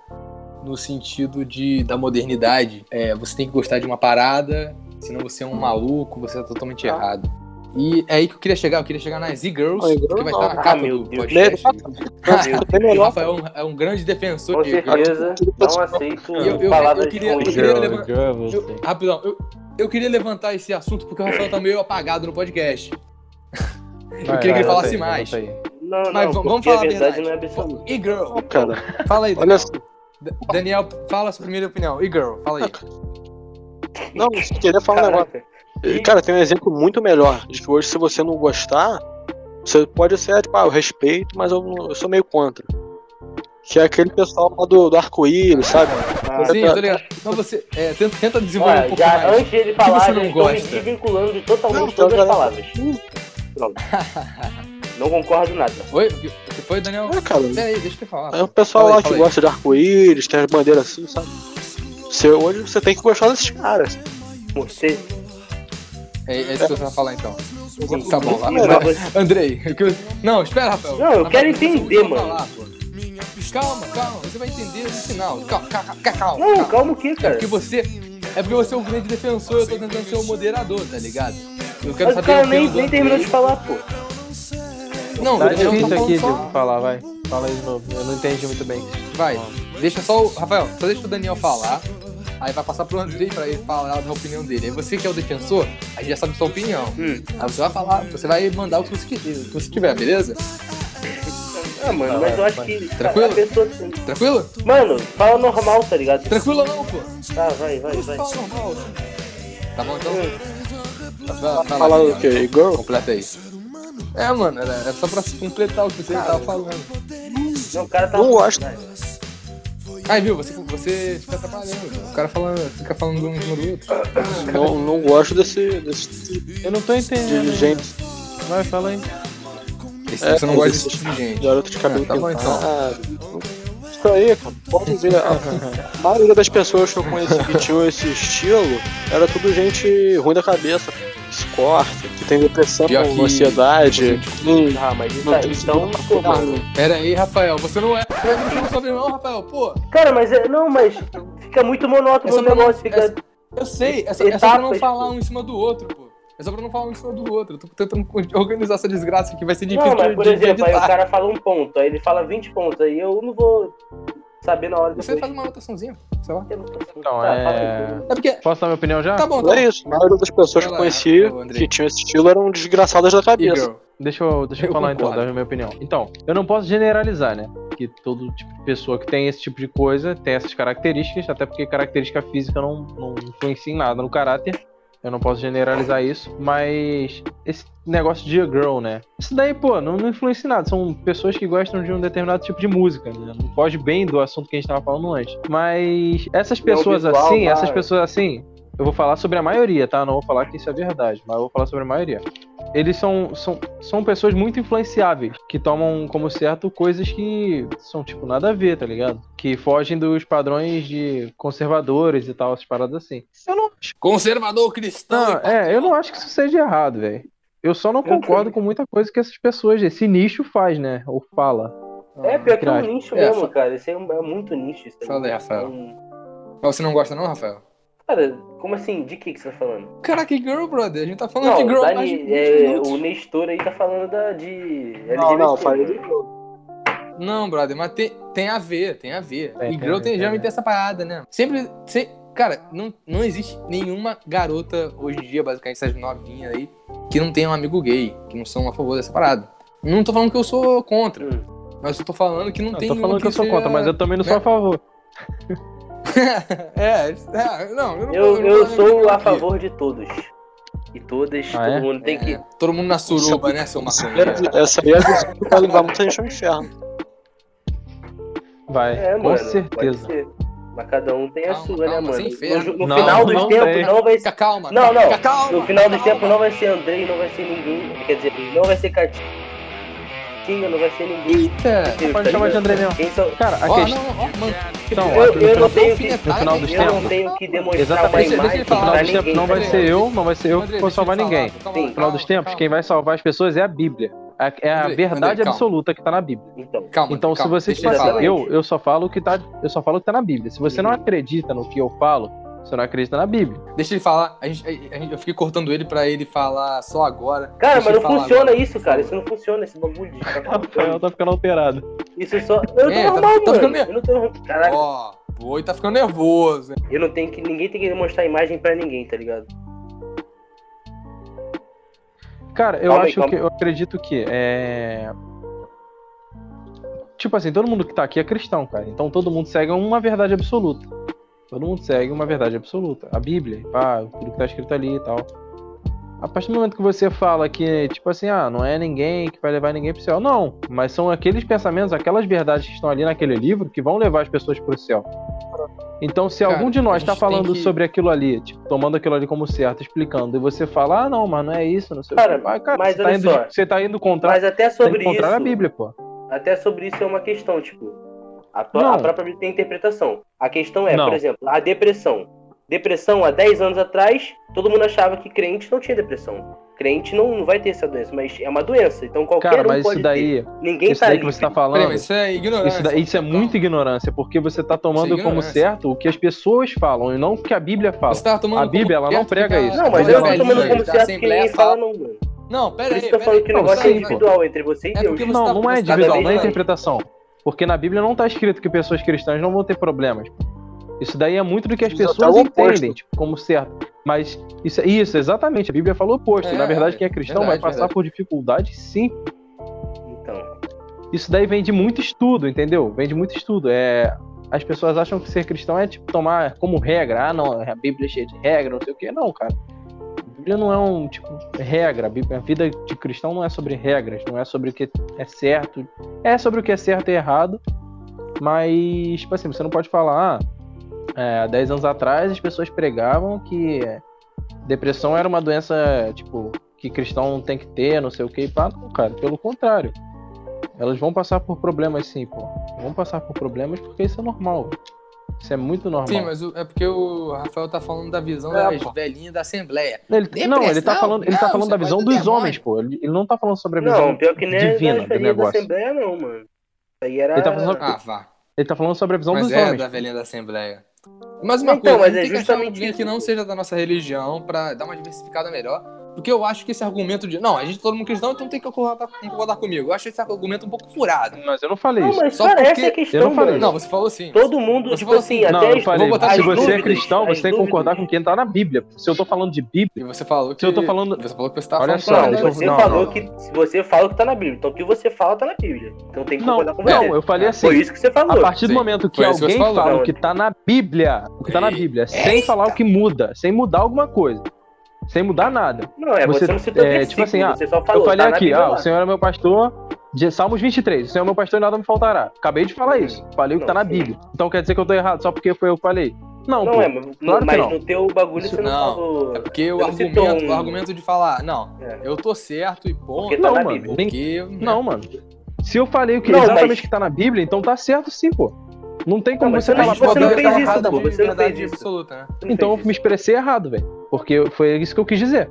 no sentido de da modernidade. É, você tem que gostar de uma parada, senão você é um maluco, você tá totalmente errado. E é aí que eu queria chegar, eu queria chegar nas E-Girls,
Não, e-girl
que vai
não,
estar na
ah,
capa
meu
do
Deus.
podcast.
Bem
O
Né? melhor.
Rafael é um, é um grande defensor
Com
de E-girls.
certeza, não aceito
Eu- eu- eu
palavras
queria- eu
ruins.
queria-
Girl,
levantar-
girl, é você.
Eu- Rapidão, eu, eu queria levantar esse assunto porque o Rafael tá meio apagado no podcast.
Vai,
queria que
vai,
ele falasse
anota aí,
mais. Tá
anota aí.
Não, não,
Mas vamos- vamos
porque
falar
a verdade,
a verdade.
não é absoluta.
E-girl,
Não, cara.
fala aí.
Olha assim, só.
D- Daniel, fala a sua primeira opinião. E-girl, fala aí.
Não, eu queria falar um negócio.
Caraca.
E, Cara, tem um exemplo muito melhor de que hoje, se você não gostar, você pode ser, tipo, ah, eu respeito, mas eu, eu sou meio contra. Que é aquele pessoal lá do, do arco-íris, sabe?
Ah,
Sim, eu tô ligado. Então você é, tenta, tenta desenvolver um
Olha,
pouco
já
mais.
antes dele
que
falar,
você
eu
não
estou me
gosta?
desvinculando de totalmente
Não,
de todas
então,
as
cara,
palavras. Não concordo nada.
Oi? O que o que foi, Daniel?
É, cara.
Pera aí, deixa eu falar.
É o pessoal
Tá Fala aí,
lá que
fala aí.
gosta de arco-íris, tem as bandeiras assim, sabe? Você, hoje você tem que gostar desses caras.
Você,
É, é isso que você vai falar então. Tá bom, lá.
Não,
vai.
você-
Andrei, o que eu- não, espera, Rafael.
Não, eu
Tá
quero
bom, deixa
entender,
eu
mano.
falar, pô. Calma, calma, você vai entender esse sinal. Calma, calma, calma.
Não, calma o que,
É
cara?
porque você. É porque você é um grande defensor, eu tô tentando ser o moderador, tá ligado? Eu quero
Mas o
saber
cara
a
nem,
opinião do
nem terminou de falar, pô.
Andrei. Não,
Tá
eu tô
difícil
falando
aqui
só-
de falar, vai. Fala aí de novo. Eu não entendi muito bem.
Vai, deixa só o. Rafael, só deixa o Daniel falar. Aí vai passar pro Andrei pra ele falar da opinião dele. Aí você que é o defensor, aí já sabe sua opinião.
Hum.
Aí você vai falar, você vai mandar o que você, quiser, o que você tiver, beleza?
Ah, mano, mas eu acho que
Tá Tranquilo?
a pessoa...
Tranquilo?
Mano, fala normal, tá ligado?
Tranquilo não, pô.
Tá, vai, vai,
Você
vai.
fala normal. Tá bom então?
Hum.
Vai, vai lá,
Falar
Daniel,
o quê?
então.
Girl?
Completa aí. É, mano, era, era só pra completar o que você tava falando.
Não, o cara tá...
Não gosto.
Aí, viu, você, você fica atrapalhando. O cara fala, fica falando um em cima do outro.
Não, não gosto desse, desse tipo de-
Eu não tô
de
entendendo.
gente,
Vai, fala aí.
Esse-
É,
você não gosta desse
existe.
tipo de gente.
garoto de cabelo
Ah, tá bom, então.
pintado. Isso aí, cara. Pode ver. A maioria das pessoas que eu conheci que tinham esse estilo era tudo gente ruim da cabeça, que se corta, que tem depressão,
Pior que-
ansiedade. Hum,
Ah, mas isso
Tá,
Não
aí,
tem
então...
seguro pra
Pô,
cuidar,
mano.
Pera aí, Rafael, você não é. Você não chama o sobrenome, não, Rafael, pô.
Cara, mas... é- Não, mas fica muito monótono
Essa
o negócio.
pra não-
Fica... tipo.
Eu sei, é só, é só pra não
Etapas,
falar
pô.
um em cima do outro, pô. É só pra não falar um em cima do outro. Eu tô tentando organizar essa desgraça aqui, vai ser difícil
Não, mas
de, tá.
por
de
exemplo, aí o
editar.
cara fala um ponto, aí ele fala 20 pontos, aí eu não vou saber na hora
Você
depois.
faz uma anotaçãozinha, sei lá.
Então,
Tá,
é...
fala
É porque.
Posso dar minha opinião já?
Tá bom,
Não
tá
é
bom.
isso. A maioria das pessoas que eu
Vai lá,
conheci
ô, Andrei.
que tinham esse estilo eram desgraçadas da
é
E
cabeça.
girl.
Deixa eu, deixa eu,
Eu
falar então,
concordo.
dar minha opinião. Então, eu não posso generalizar, né? Que todo tipo de pessoa que tem esse tipo de coisa tem essas características, até porque característica física não, não influencia em nada no caráter. Eu não posso generalizar isso, mas esse negócio de girl, né? Isso daí, pô, não, não influencia em nada. São pessoas que gostam de um determinado tipo de música, né? Não foge bem do assunto que a gente tava falando antes. Mas essas
Não,
pessoas
visual,
assim,
vai.
essas pessoas assim, eu vou falar sobre a maioria, tá? Não vou falar que isso é verdade, mas eu vou falar sobre a maioria eles são, são, são pessoas muito influenciáveis, que tomam como certo coisas que são, tipo, nada a ver, tá ligado? Que fogem dos padrões de conservadores e tal, essas paradas assim. Eu não,
Conservador cristão.
não, é, eu não acho que isso seja errado, velho. Eu só não concordo com muita coisa que essas pessoas, esse nicho faz, né? Ou fala.
Ah,
É, pior que é um
Verdade.
nicho
É,
mesmo,
fa-
cara. Isso aí é, um- é muito nicho. Isso aí.
Fala aí, Rafael.
Então,
Mas você não gosta, não, Rafael?
Cara, como assim? De que, que você tá falando?
Caraca, e girl, brother. A gente tá falando
Não,
de girl
Dani,
mais de 20
é,
minutos.
o Nestor aí tá falando da, de LGBT.
Não, não, falei
né?
Não, brother, mas tem, tem a ver, tem a ver.
Tem,
e
tem,
girl tem,
tem, é.
geralmente
tem.
tem essa parada, né? Sempre. se- cara, não, não existe nenhuma garota hoje em dia, basicamente, essas novinhas aí, que não tem um amigo gay, que não são a favor dessa parada. Não tô falando que eu sou contra,
Hum.
mas eu tô falando que não,
Não,
tem
tô
um
falando que eu sou
seja-
contra, mas eu também não sou
né?
a favor.
é, é, não, eu não
Eu,
não
eu
tô falando
sou a
aqui.
favor de todos. E todas,
Ah,
todo
é?
mundo tem que.
É, todo mundo na suruba, né, seu
Isso
maconheiro?
aí é- Essa aí é a visão que vai levar muita gente ao inferno.
Vai,
É,
com
mano.
certeza.
Pode ser. Mas cada um tem a
Calma,
sua, né,
calma,
mano?
sem ferro.
No, no
Não,
final dos
não
tempos
tem.
não vai ser.
Fica calma.
Não, não.
Fica calma.
No final dos
calma.
tempos não vai ser Andrei, não vai ser ninguém. Quer dizer, não vai ser Catinga, não vai ser ninguém. tá
Eita.
Pode chamar de Andrei mesmo.
Quem são-
Cara, a
Ó,
questão.
não, ó, mano.
Então,
eu,
aqui no
eu
final-
não tenho que,
alfinetada,
no final dos
hein?
eu não
tempos.
tenho que demonstrar
Exatamente,
uma
deixa- deixa
imagem
ele falar.
No final
pra
dos tempos
ninguém.
não vai
tá
ser
ligado?
eu, não vai ser eu que
Andrei,
vou
deixa
salvar
ele falar,
ninguém.
pô, calma,
Sim.
No final dos tempos, quem vai salvar as pessoas é a Bíblia. É é a
Andrei,
verdade
Andrei, calma.
absoluta que tá na Bíblia.
Então,
Calma,
Então, se
calma,
você
deixa ele
tipo assim,
falar.
exatamente. Uhum.
eu, eu só falo o que tá, eu só falo o que tá na Bíblia. Se você não acredita no que eu falo, Você não acredita na Bíblia.
Deixa ele falar. A gente, a- a gente- eu fiquei cortando ele pra ele falar só agora.
Cara,
Deixa
mas
ele
não
falar
funciona
agora.
isso, cara. Isso não funciona, esse bagulho de ficar
Rafael
falando.
tá ficando alterado.
Isso só. Eu tô
É, tá-
normal,
tá ficando
mano. Eu não tô. Caraca,
Ó, o Oi tá ficando nervoso. hein?
eu não tenho que. Ninguém tem que demonstrar imagem pra ninguém, tá ligado?
Cara, eu
Calma aí,
acho
calma.
que. Eu acredito que. É. Tipo assim, todo mundo que tá aqui é cristão, cara. Então todo mundo segue uma verdade absoluta. Todo mundo segue uma verdade absoluta. A Bíblia, pá, tudo que tá escrito ali e tal. A partir do momento que você fala que, tipo assim, ah, não é ninguém que vai levar ninguém pro céu. Não, mas são aqueles pensamentos, aquelas verdades que estão ali naquele livro que vão levar as pessoas pro céu. Então, se
Cara,
algum de
a
nós
gente
tá
tem
falando
que-
sobre aquilo ali, tipo, tomando aquilo ali como certo, explicando, e você fala, ah, não, mas não é isso, não sei
Cara,
o que. Ah, cara,
mas
você, tá
olha
indo,
só.
você tá indo contra,
Mas até
tá indo
sobre
contra a
isso.
Bíblia, pô.
Até sobre isso é uma questão, tipo. A, pró-
Não.
a própria Bíblia tem interpretação. A questão é,
Não.
por exemplo, a depressão. Depressão, há 10 anos atrás, todo mundo achava que crente não tinha depressão. Crente não, não vai ter essa doença, mas é uma doença. Então qualquer
Cara,
um
mas
pode
isso daí,
ter. Ninguém
isso
tá
daí que
livre.
você tá
Peraí,
falando,
mas isso é ignorância.
isso, daí, isso é
Calma. é
muita ignorância, porque você tá tomando como
ignorância.
certo o que as pessoas falam e não o que a Bíblia fala.
Você tá tomando
A
como
Bíblia, ela não
certo
prega
que a-
isso.
Não, mas
Mas
eu
não
não
é
tô tomando
livre.
como
Da
certo que
Assembleia
ninguém fala, não, mano.
Não, pera
Por
aí.
isso que eu
pera
falando
aí,
que o
calma,
negócio é
calma.
individual entre você e
É
Deus. né?
porque você tá-
Não, não
você
é
tá
individual,
vendo
não é
aí?
interpretação. Porque na Bíblia não tá escrito que pessoas cristãs não vão ter problemas. Isso daí é muito do que as
Isso até
pessoas
é o oposto.
entendem, tipo, como certo. Mas isso, é- isso, exatamente, a Bíblia fala o oposto.
É,
na verdade, quem é cristão vai
verdade,
passar
verdade.
por dificuldade, sim.
Então,
Isso daí vem de muito estudo, entendeu? Vem de muito estudo. É, as pessoas acham que ser cristão é tipo tomar como regra. Ah, não, a Bíblia é cheia de regra, não sei o quê. Não, cara. A Bíblia não é um tipo regra. A Bíblia- a vida de cristão não é sobre regras, não é sobre o que é certo. É sobre o que é certo e errado. Mas, tipo assim, você não pode falar. Ah, é, há 10 anos atrás as pessoas pregavam que é, depressão era uma doença, tipo, que cristão não tem que ter, não sei o que. Pá, não, cara. Pelo contrário. Elas vão passar por problemas sim, pô. Vão passar por problemas porque isso é normal. Isso é muito normal.
Sim, mas o- é porque o Rafael tá falando da visão
É,
das
pô.
velhinhas da Assembleia.
ele, não, ele tá
Depressão?
falando, ele tá
Não,
falando
isso
da
é
visão
coisa
dos
do demônio.
homens, pô. Ele, ele não tá falando sobre a visão.
não, pior que nem
divina
as
do
velhinhas da
negócio.
Assembleia, não, mano. Isso aí era.
Ele tá fazendo-
Ah, vá.
Ele tá falando sobre a visão
Mas
dos
é
homens.
da velhinha da Assembleia. Mas uma
Então,
coisa,
mas
a gente tem que
é
achar
justamente
alguém
isso.
que não seja da nossa religião pra dar uma diversificada melhor. Porque eu acho que esse argumento de. Não, a gente é todo mundo cristão, então tem que concordar, concordar comigo. Eu acho esse argumento um pouco furado.
Mas eu não falei
Não,
isso.
mas
Só
cara,
porque-
essa é a questão.
Eu não falei
mano.
Não, você falou sim.
Todo mundo,
Você
tipo
falou
assim,
assim,
Não,
até
eu falei,
vou botar
se
as
você é
dúvidas,
cristão, você tem que concordar com
quem.
quem tá na Bíblia. Se eu tô falando de Bíblia,
E você falou que.
eu tô falando-
Você falou que você tá
Olha
falando.
só,
com a
Não,
verdade.
você
não,
falou
não.
que. Se você fala que tá na Bíblia. Então o que você fala tá na Bíblia. Então tem que
não,
concordar com você.
não, eu falei assim.
Foi isso que você
A
falou.
partir do
Sim.
momento que
Foi isso que
alguém
você falou.
fala o que tá na Bíblia, o que tá na Bíblia, sem falar o que muda, sem mudar alguma coisa, sem mudar nada.
Não, é,
você-
você, não citou
é,
versículo,
tipo assim, ah,
você só falou.
eu falei
tá na
aqui,
Bíblia
ah,
lá.
o Senhor é meu pastor, de Salmos 23, o Senhor é meu pastor e nada me faltará. Acabei de falar isso, falei o que tá
Não,
na
sim.
Bíblia. Então quer dizer que eu tô errado só porque foi eu que falei? Não,
Não
pô.
é, mas,
Claro que
mas
não.
no teu bagulho
Isso
você não,
não.
falou.
É porque o
Você citou
argumento,
um-
o argumento de falar, não,
É.
eu tô certo e ponto.
Porque tá
Não,
na
mano.
Bíblia.
Nem-
Porque. né?
Não, mano. Se eu falei o que
Não,
exatamente
mas-
que tá na Bíblia, então tá certo sim, pô. Não tem como
Não, mas
você
você
A
falar
gente
mas
pô, a
pode
você não
Bíblia
fez
tá
isso,
errada,
pô.
mano.
você não
verdade
fez isso.
absoluta, né?
Não
Então eu
fez
me
isso.
expressei errado, velho. Porque foi isso que eu quis dizer.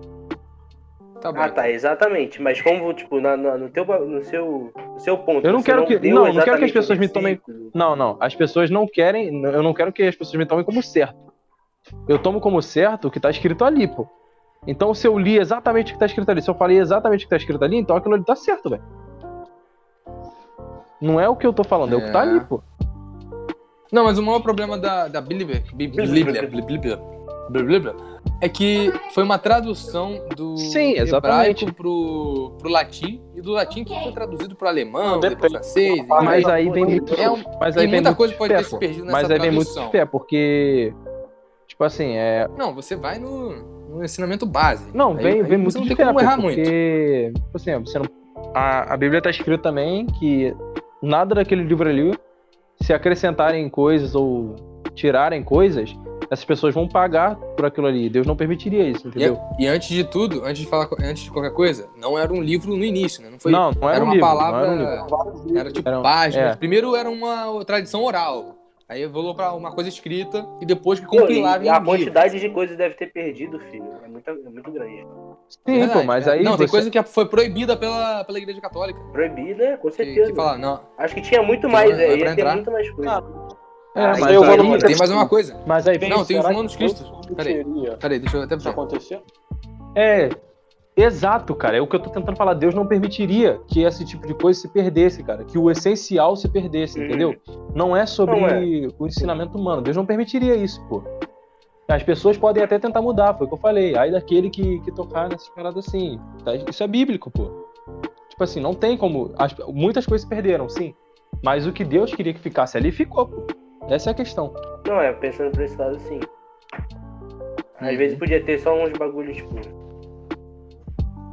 Tá bom.
Ah, tá, exatamente. Mas como, tipo, na- na- no, teu, ba- no, seu, no seu ponto.
Eu não
você
quero que-
deu
não, eu não quero que as
exatamente
pessoas
o
me tomem-
versículo.
Não, não. As pessoas não querem. Eu não quero que as pessoas me tomem como certo. Eu tomo como certo o que tá escrito ali, pô. Então, se eu li exatamente o que tá escrito ali, se eu falei exatamente o que tá escrito ali, então aquilo ali tá certo, velho. Não é o que eu tô falando, é, o que tá
É.
ali, pô.
Não, mas o maior problema da, da Bíblia, Bí- Bíblia, Bí- Bíblia, Bíblia, é que foi uma tradução do
Sim, exatamente.
hebraico pro, pro latim, e do latim que foi traduzido pro alemão,
Não,
depois pro
depende.
francês.
Ah,
Mas
mas-
aí vem muito.
É um-
Mas
e
aí vem
muita
muito
coisa pode ter
de
se
pô.
perdido nessa
Mas aí vem muito de
tradução.
fé, porque. Tipo assim, é.
Não, você vai no, no ensinamento base.
Não,
Aí-
vem,
aí
vem muito
Você não tem
de fé,
como
pô,
errar muito.
porque, tipo assim, você não- a, a Bíblia tá escrito também que nada daquele livro ali, se acrescentarem coisas ou tirarem coisas, essas pessoas vão pagar por aquilo ali. Deus não permitiria
E,
isso,
é
entendeu?
e antes de tudo, antes de, falar, co- antes de qualquer coisa, não era um livro no início, né? Não foi
não, não era,
era
um
uma
livro,
palavra-
não era um livro.
Era tipo
Era um-
páginas.
é.
Primeiro era uma tradição oral. Aí evoluiu pra uma coisa escrita e depois que
Pô,
compilaram
e
em
a
um livro.
quantidade de coisas deve ter perdido, filho. É muito, é muito grande.
Sim,
Verdade,
pô, mas
verdade.
aí
né? Não, tem
você-
coisa que é, foi proibida pela, pela Igreja Católica.
Proibida, com
Que,
certeza.
que fala, não.
Acho que tinha muito mais,
Não é
é,
pra
ia ter
entrar.
muito mais coisa.
É,
Mas
mas
eu vou
aí-
numa-
tem mais uma coisa.
Mas aí vem
Não, tem os
Será
humanos
que
cristos.
isso
Peraí.
teria
Peraí, deixa eu até
isso
falar.
acontecer?
É, exato, cara. É o que eu tô tentando falar. Deus não permitiria que esse tipo de coisa se perdesse, cara. Que o essencial se perdesse,
Uhum.
entendeu? Não é sobre
Não é.
o ensinamento humano. Deus não permitiria isso, pô. As pessoas podem até tentar mudar, foi o que eu falei. Aí daquele que, que tocar nessas paradas assim. tá? Isso é bíblico, pô. Tipo assim, não tem como. as- muitas coisas se perderam, sim. Mas o que Deus queria que ficasse ali ficou, pô. Essa é a questão.
Não, é, pensando por esse lado, sim. Às
Uhum.
É, vezes podia ter só uns bagulhos, tipo.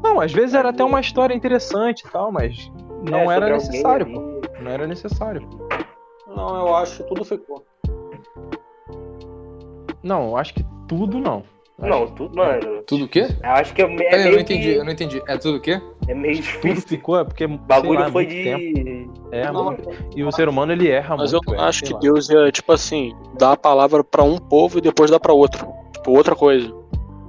Não, às vezes era até uma história interessante e tal, mas
é,
não
sobre
era
alguém
necessário,
ali.
pô. Não era necessário.
Não, eu acho que tudo ficou.
Tá
Não, eu acho que tudo não. Eu acho
Não, tudo, mano.
Tudo o quê?
Eu acho que é, é
Peraí, eu
meio
não entendi,
que-
eu não entendi. É tudo o quê?
É meio
que Tudo
difícil.
ficou, é porque. sei
O bagulho
lá, é
foi
muito
de.
tempo. É,
Não,
mano. E o ser humano, ele erra
Mas eu
muito.
não
é,
acho
sei
que
lá.
Deus ia, tipo assim, dar a palavra pra um povo e depois dar pra outro. Tipo, outra coisa.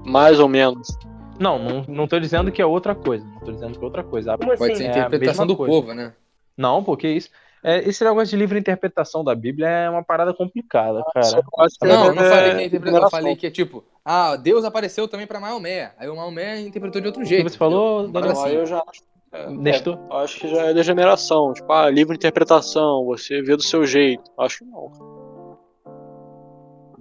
Mais ou menos.
Não, não, não tô dizendo que é outra coisa. Não tô dizendo que é outra coisa.
Como assim?
Pode ser
é
a
a
interpretação
mesma
do
coisa.
povo, né?
Não, porque isso. É, esse negócio de livre interpretação da Bíblia é uma parada complicada, cara.
Eu acho que
Não, eu
é-
não falei que é
é
interpretação, eu
enganação.
falei que é tipo, ah, Deus apareceu também pra Maomé. Aí o Maomé interpretou de outro
O que
jeito.
você falou,
entendeu?
Daniel?
Não, aí eu já acho. é,
Nestor?
é, eu acho que já é degeneração. Tipo, ah, livre interpretação, você vê do seu jeito. Acho que não.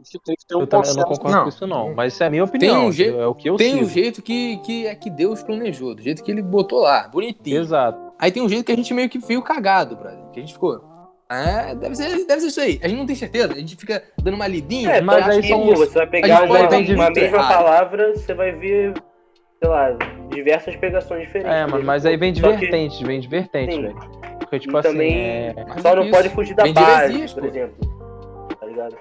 Acho que tem que ter um
Eu também eu não
consenso.
concordo
Não.
com isso, não. Mas isso é a minha opinião.
um jeito-
É o que eu
Tem um
sinto.
jeito que, que é que Deus planejou, do jeito que ele botou lá, bonitinho.
Exato.
Aí tem um jeito que a gente meio que veio cagado, brother. Que a gente ficou. Ah, deve ser, deve ser isso aí. A gente não tem certeza, a gente fica dando uma lidinha.
É,
mas
mas aí
aí são-
você vai pegar
gente
uma,
pode dar um
uma
jeito
mesma
errado.
palavra, você vai ver, sei lá, diversas pegações diferentes. tá
É, mano, mas aí vem de
Só que-
vertentes, vem de vertentes,
Sim.
velho. Porque, tipo
E
assim,
também-
é,
Mais
Só
do
não
que
pode
isso.
fugir da
Vem de
base,
heresias,
por
pô.
exemplo. Tá ligado?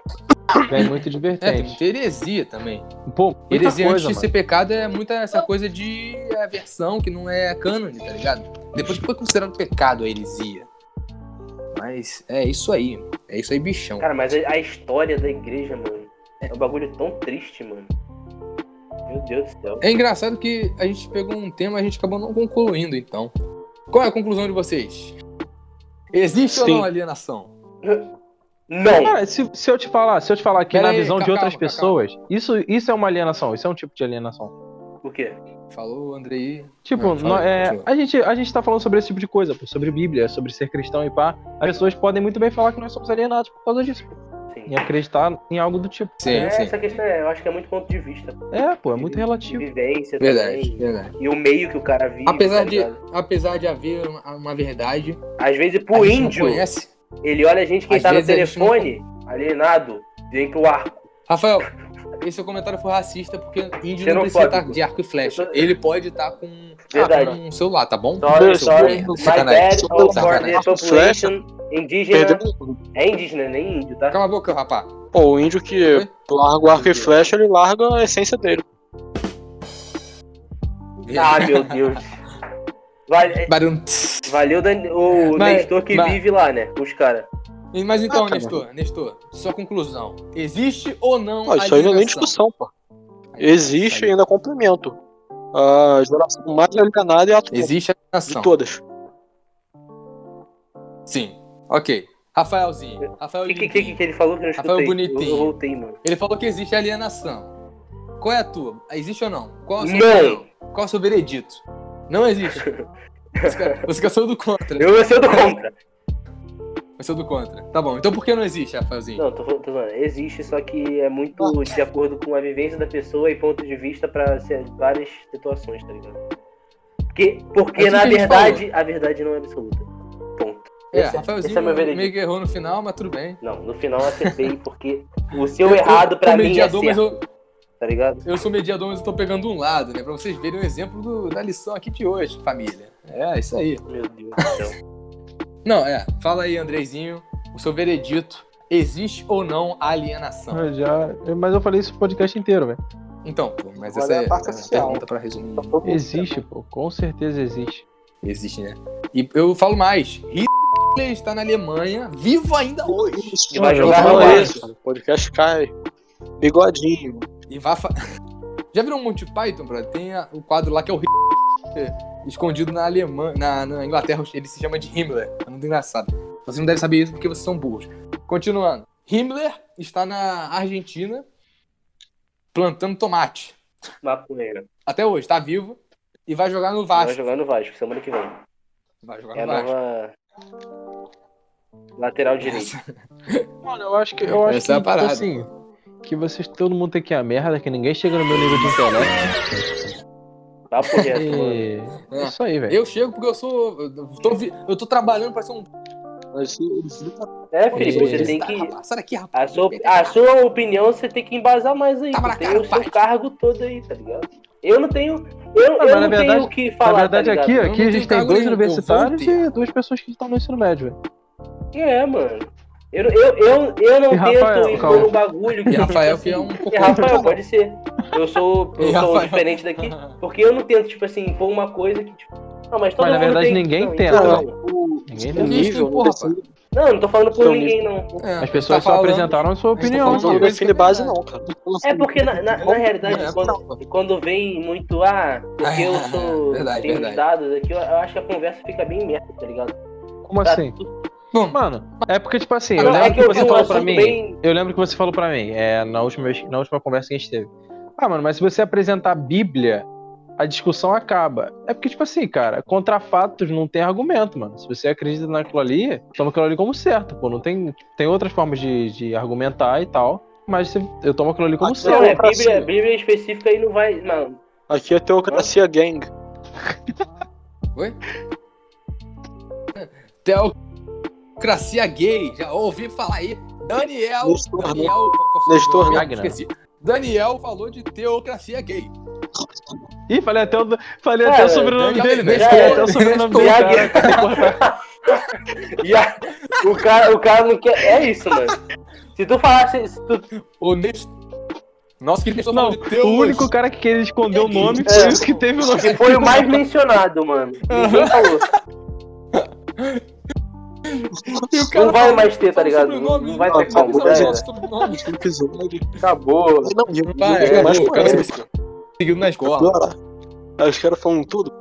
vem muito de
É, tem
vertentes.
muita heresia também.
Pô, muita
heresia antes
coisa,
de
mano.
ser pecado é muita essa coisa de aversão que não é cânone, tá ligado? Depois que foi considerado pecado a heresia. Mas é isso aí. É isso aí, bichão.
Cara, mas a a história da igreja, mano, é um bagulho tão triste, mano. Meu Deus do céu.
É engraçado que a gente pegou um tema e a gente acabou não concluindo, então. Qual é a conclusão de vocês? Existe ou
Sim.
não alienação?
Não!
Cara, se, se eu te falar, se eu te falar que
Pera
na
aí,
visão de
calma,
outras
calma.
pessoas, isso, isso é uma alienação, isso é um tipo de alienação.
O quê?
Falou, Andrei.
Tipo,
Ah, fala
nó-
aí,
é,
continua.
a, gente, a gente tá falando sobre esse tipo de coisa, pô, sobre Bíblia, sobre ser cristão e pá. As pessoas podem muito bem falar que nós somos alienados por causa disso. pô,
Sim.
E acreditar em algo do tipo.
Sim,
É,
sim.
Essa questão é, eu acho que é muito ponto de vista.
É, pô, é muito
De-
relativo.
De vivência
Verdade,
também.
verdade.
E o meio que o cara vive.
Apesar
tá
de,
ligado?
apesar de haver uma, uma verdade,
Às vezes
a gente
pro
não
índio,
conhece.
ele olha a gente quem
Às
tá no
vezes a gente
telefone, alienado, vem pro arco.
Rafael, esse seu comentário foi racista porque índio não
Xenofóbico.
precisa estar de arco e flecha.
Eu tô-
Ele pode estar com,
Verdade. Então-
ah, com um celular, tá bom?
Sorry,
Deus,
sorry.
porra,
My bad
sacanagem.
all for
Sacanagem.
the population. Indígena.
Perdeu-
É indígena, nem índio, tá?
Cala a boca, rapá.
Pô, o índio que
Oi?
larga o arco e flecha, ele larga a essência dele.
Ah, meu Deus. Vale-
Barulho.
Valeu Dan- o
Mas-
Nestor que
mas-
vive lá, né? Os caras.
Mas então,
Ah, tá bom.
Nestor, Nestor, sua conclusão. Existe ou não
Pô, isso aí não é nem discussão, pô. Existe e ainda complemento. A geração mais alienada é a atual,
Existe
de
alienação.
todas.
Sim. Ok. Rafaelzinho. Rafael
O que, que,
Limpinho.
que, que ele falou que eu não
Rafael
escutei?
Bonitinho.
Eu, eu voltei, mano.
Ele falou que existe alienação. Qual é a tua? Existe ou não? Qual é o seu
Não.
opinião? Qual é o seu veredito? Não existe. Você ca- Você cansou do contra.
Eu, eu sou do contra.
Você é do contra. Tá bom. Então por que não existe, Rafaelzinho?
Não, tô, falando- tô falando. Existe, só que é muito de acordo com a vivência da pessoa e ponto de vista pra ser várias situações, tá ligado? Porque, porque
Mas o
na
que a gente
verdade, a verdade não é absoluta. Ponto.
é,
esse é-
Rafaelzinho
esse é meu veredito.
meio que errou no final, mas tudo bem.
Não, no final eu acertei, porque o seu errado pra
sou
mim é
mediador, mas
certo,
eu,
tá ligado?
eu sou mediador, mas eu tô pegando um lado, né? Pra vocês verem o exemplo do- da lição aqui de hoje, família. É, isso aí.
Meu Deus do céu.
Não, é. Fala aí, Andrezinho, o seu veredito. Existe ou não alienação?
Eu já, eu- mas eu falei isso o podcast inteiro, velho.
Então, pô, mas
Agora
essa
é a
é
parte
a
oficial.
pergunta pra resumir.
Existe, pô, com certeza existe.
Existe, né? E eu falo mais. Hitler está na Alemanha, vivo ainda hoje.
Isso,
vai
eu
jogar
falo
no ar.
isso, cara. O podcast cai. Bigodinho.
E vá fa... Já virou um Monty Python, brother? Tem a- o quadro lá que é o Hitler escondido na Alemanha, na, na Inglaterra, ele se chama de Himmler. É muito engraçado. Vocês não devem saber isso porque vocês são burros. Continuando. Himmler está na Argentina plantando tomate.
Maconheira.
Até hoje, tá vivo. E vai jogar no
Vai
Vasco.
jogar no Vasco, semana que vem.
Vai jogar
É a
no Vasco.
nova. Lateral direito.
Mano, eu acho que. Eu acho
Essa é a
que, tipo
parada.
assim, que vocês, todo mundo tem que ir a merda, que ninguém chega no meu nível de internet.
Papo reto, Tá mano.
E... É isso aí, velho.
Eu chego porque eu sou. Eu tô, vi- eu tô trabalhando pra ser um.
Mas isso- isso tá-
É, Felipe, você
Beleza.
tem
Tá,
que.
rapaz, sai daqui, rapaz.
A sua, a sua opinião você tem que embasar mais aí.
Tá
tu
na
tem
cara,
o seu
pai.
cargo todo aí, tá ligado? Eu não tenho. Eu,
Ah,
eu
mas na
não tenho
verdade-
o que
Na
falar.
verdade,
tá ligado?
aqui,
Eu não
aqui a gente
tenho
tem
cargo
dois
nenhum, eu vou
universitários
ter.
e duas pessoas que estão no ensino médio, velho.
É, mano. Eu, eu, eu, eu não
E
tento
Rafael,
impor
calma.
um bagulho que
E Rafael,
tipo
que é
assim,
um
E Rafael, pode ser. Eu sou, eu
E
sou
Rafael.
diferente daqui, porque eu não tento, tipo assim, impor uma coisa que, tipo. Não, mas todo
Mas, na
mundo
verdade,
tem
ninguém
não,
tenta. né?
então-
o
Ninguém
o
Eu vi isso,
nível não
porra,
define,
Não, não tô falando por
Então,
ninguém, não.
É,
As pessoas
tá
só
falando-
apresentaram a sua
gente tá
opinião.
falando
tio.
não
uma coisa
define
que é
base,
verdade.
não, cara.
É porque, na, na, na realidade,
É,
quando,
não, pô.
quando vem muito, ah, porque eu sou.
Verdade,
tenho
verdade.
os dados aqui, eu, eu acho que a conversa fica bem merda, tá ligado?
Como
Tá
assim?
tudo-
Bom,
Mano, é porque, tipo assim, eu
Não,
lembro
é
que,
eu vi
você
um
falou pra
assunto
mim.
bem-
Eu lembro que você falou pra mim, é, na, última, vez- na última conversa que a gente teve. Ah, mano, mas se você apresentar a Bíblia, a discussão acaba. É porque, tipo assim, cara, contra fatos não tem argumento, mano. Se você acredita naquilo ali, toma aquilo ali como certo, pô. Não tem, tem outras formas de, de argumentar e tal. Mas você- eu tomo aquilo ali como
Aqui
Não,
certo.
é
democracia.
Bíblia, Bíblia específica aí não vai. Não.
Aqui é teocracia gang.
Teocracia gay. Já ouvi falar aí. Daniel.
Nestor,
Daniel.
Nestor
Daniel,
Magno.
Esqueci. Daniel falou de teocracia gay.
Ih, falei até o, falei
É,
até o sobrenome
já-
dele, velho.
já-
Falei
já-
até o sobrenome
já-
dele.
já-
cara.
E a- o, cara, o cara não quer. É isso, mano. Se tu falasse. Se tu,
O Nestor. Nossa, que Nestor
Não,
falou de teologia.
O único cara que queria esconder o nome
É.
foi o que teve o nome.
que foi o mais mencionado, mano. Ninguém falou.
E o
Não vai
falou-
mais ter, tá
falou
ligado?
sobrenome,
Não vai
não,
ter
sabe
como,
falar
já
o
era.
sobrenome.
Episódio.
Acabou.
Não, é, e eu,
Vai,
eu, eu, mais
acabou, cara.
polêmico.
Seguindo na escola.
Agora, aí os caras falam tudo.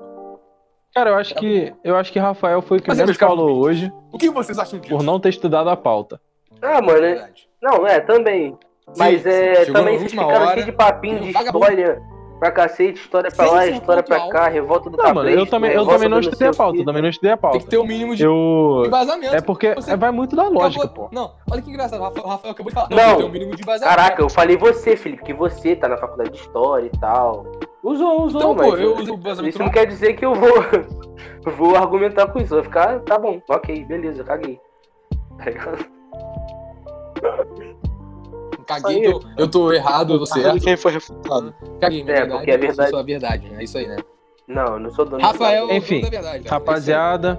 Cara, eu acho que eu acho que Rafael foi o que
Mas
menos
eles ficavam-
falou hoje
O que vocês acham disso?
por não ter estudado a pauta.
Ah, mano.
Verdade.
Não, é, também. Mas
Sim,
é,
chegou
também
na
vocês
última
ficaram
hora,
cheios de papinho de
e o vagabundo-
história pra cacete, história pra
Sim,
lá,
sim,
história pra
pontual.
cá, revolta do
Não, mano, eu
Cabresto,
também, eu
revolta
também não
do
estudei a
sei o
pauta,
quê.
também não estudei a
Tem que
pauta.
ter o mínimo de
Eu
embasamento.
é porque
Você-
é- vai muito da lógica,
Acabou-
pô.
Não, olha que engraçado. O Rafael, o Rafael acabou de falar.
Não.
Tem o mínimo de embasamento.
Caraca, eu falei você, Felipe, que você tá na faculdade de história e tal. Usou, usou,
Então,
mas
pô, eu uso o embasamento.
isso não quer dizer que eu vou, vou argumentar com isso. Vai ficar, tá bom, ok, beleza, caguei. Tá ligado?
Caguei,
é
que eu, eu tô errado, eu tô
Sabe
certo.
quem foi refutado?
Caguei, na
É, porque é
eu sou
verdade.
só a verdade, né? É isso aí, né?
Não, eu não sou dono de
Rafael,
nada.
é o
Enfim,
dono da verdade. né?
Rapaziada,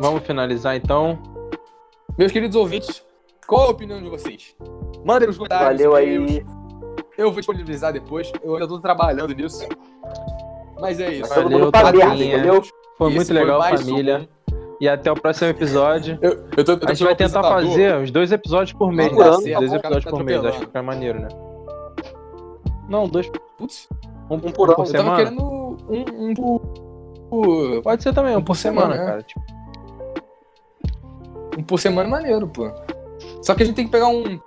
vamos finalizar então.
É isso aí. Meus queridos ouvintes, qual a opinião de vocês? Mandem nos comentários.
Valeu
e-mails.
aí.
Eu vou disponibilizar depois. Eu ainda tô trabalhando nisso. Mas é isso.
Tá todo
Valeu,
mundo pra merda,
Tavinha.
entendeu?
Foi
Esse
muito
foi
legal,
mais
família.
um.
E até o próximo episódio.
Eu, eu tô, eu tô
A gente
sendo
vai tentar
apresentador.
fazer uns dois episódios por mês,
Não,
né?
tá
Dois
certo, o cara
episódios
tá
por mês, acho
atropelando.
que fica maneiro, né? Não, dois,
Putz,
um, um
por
por,
ano, eu
eu tava
semana.
querendo um, um por- por.
Pode ser também, um por,
por
semana,
semana, né?
cara. Tipo,
Um por semana é maneiro, pô. Só que a gente tem que pegar um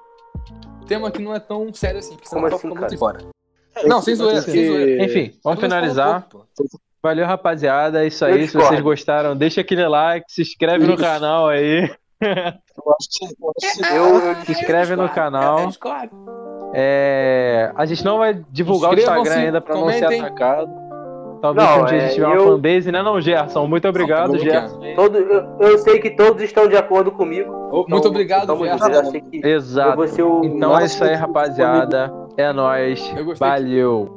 tema que não é tão sério assim, porque senão
Como
só
assim,
fica
cara?
muito fora. Não, sem zoeira,
Porque-
sem zoeira.
enfim, vamos finalizar.
Pô.
Valeu, rapaziada. É isso
Eu
aí. Se vocês
discordo.
gostaram, deixa aquele like, se inscreve no
Isso.
canal aí.
Eu acho que- eu acho que-
Eu, eu
Se inscreve no canal. É, A gente não vai divulgar o
Inscrevam-se,
Instagram ainda pra não ser
comentem.
atacado. Talvez
Não,
um dia a
é,
gente tiver
eu-
uma fanbase, né, não, Gerson? Muito obrigado,
Falta
Gerson.
Todo, eu, eu sei que todos estão de acordo comigo.
Muito
Então,
obrigado,
tamo junto,
Gerson.
Eu já sei que eu
Exato.
vou ser o
Então é isso aí, rapaziada. É nóis.
Eu gostei.
Valeu.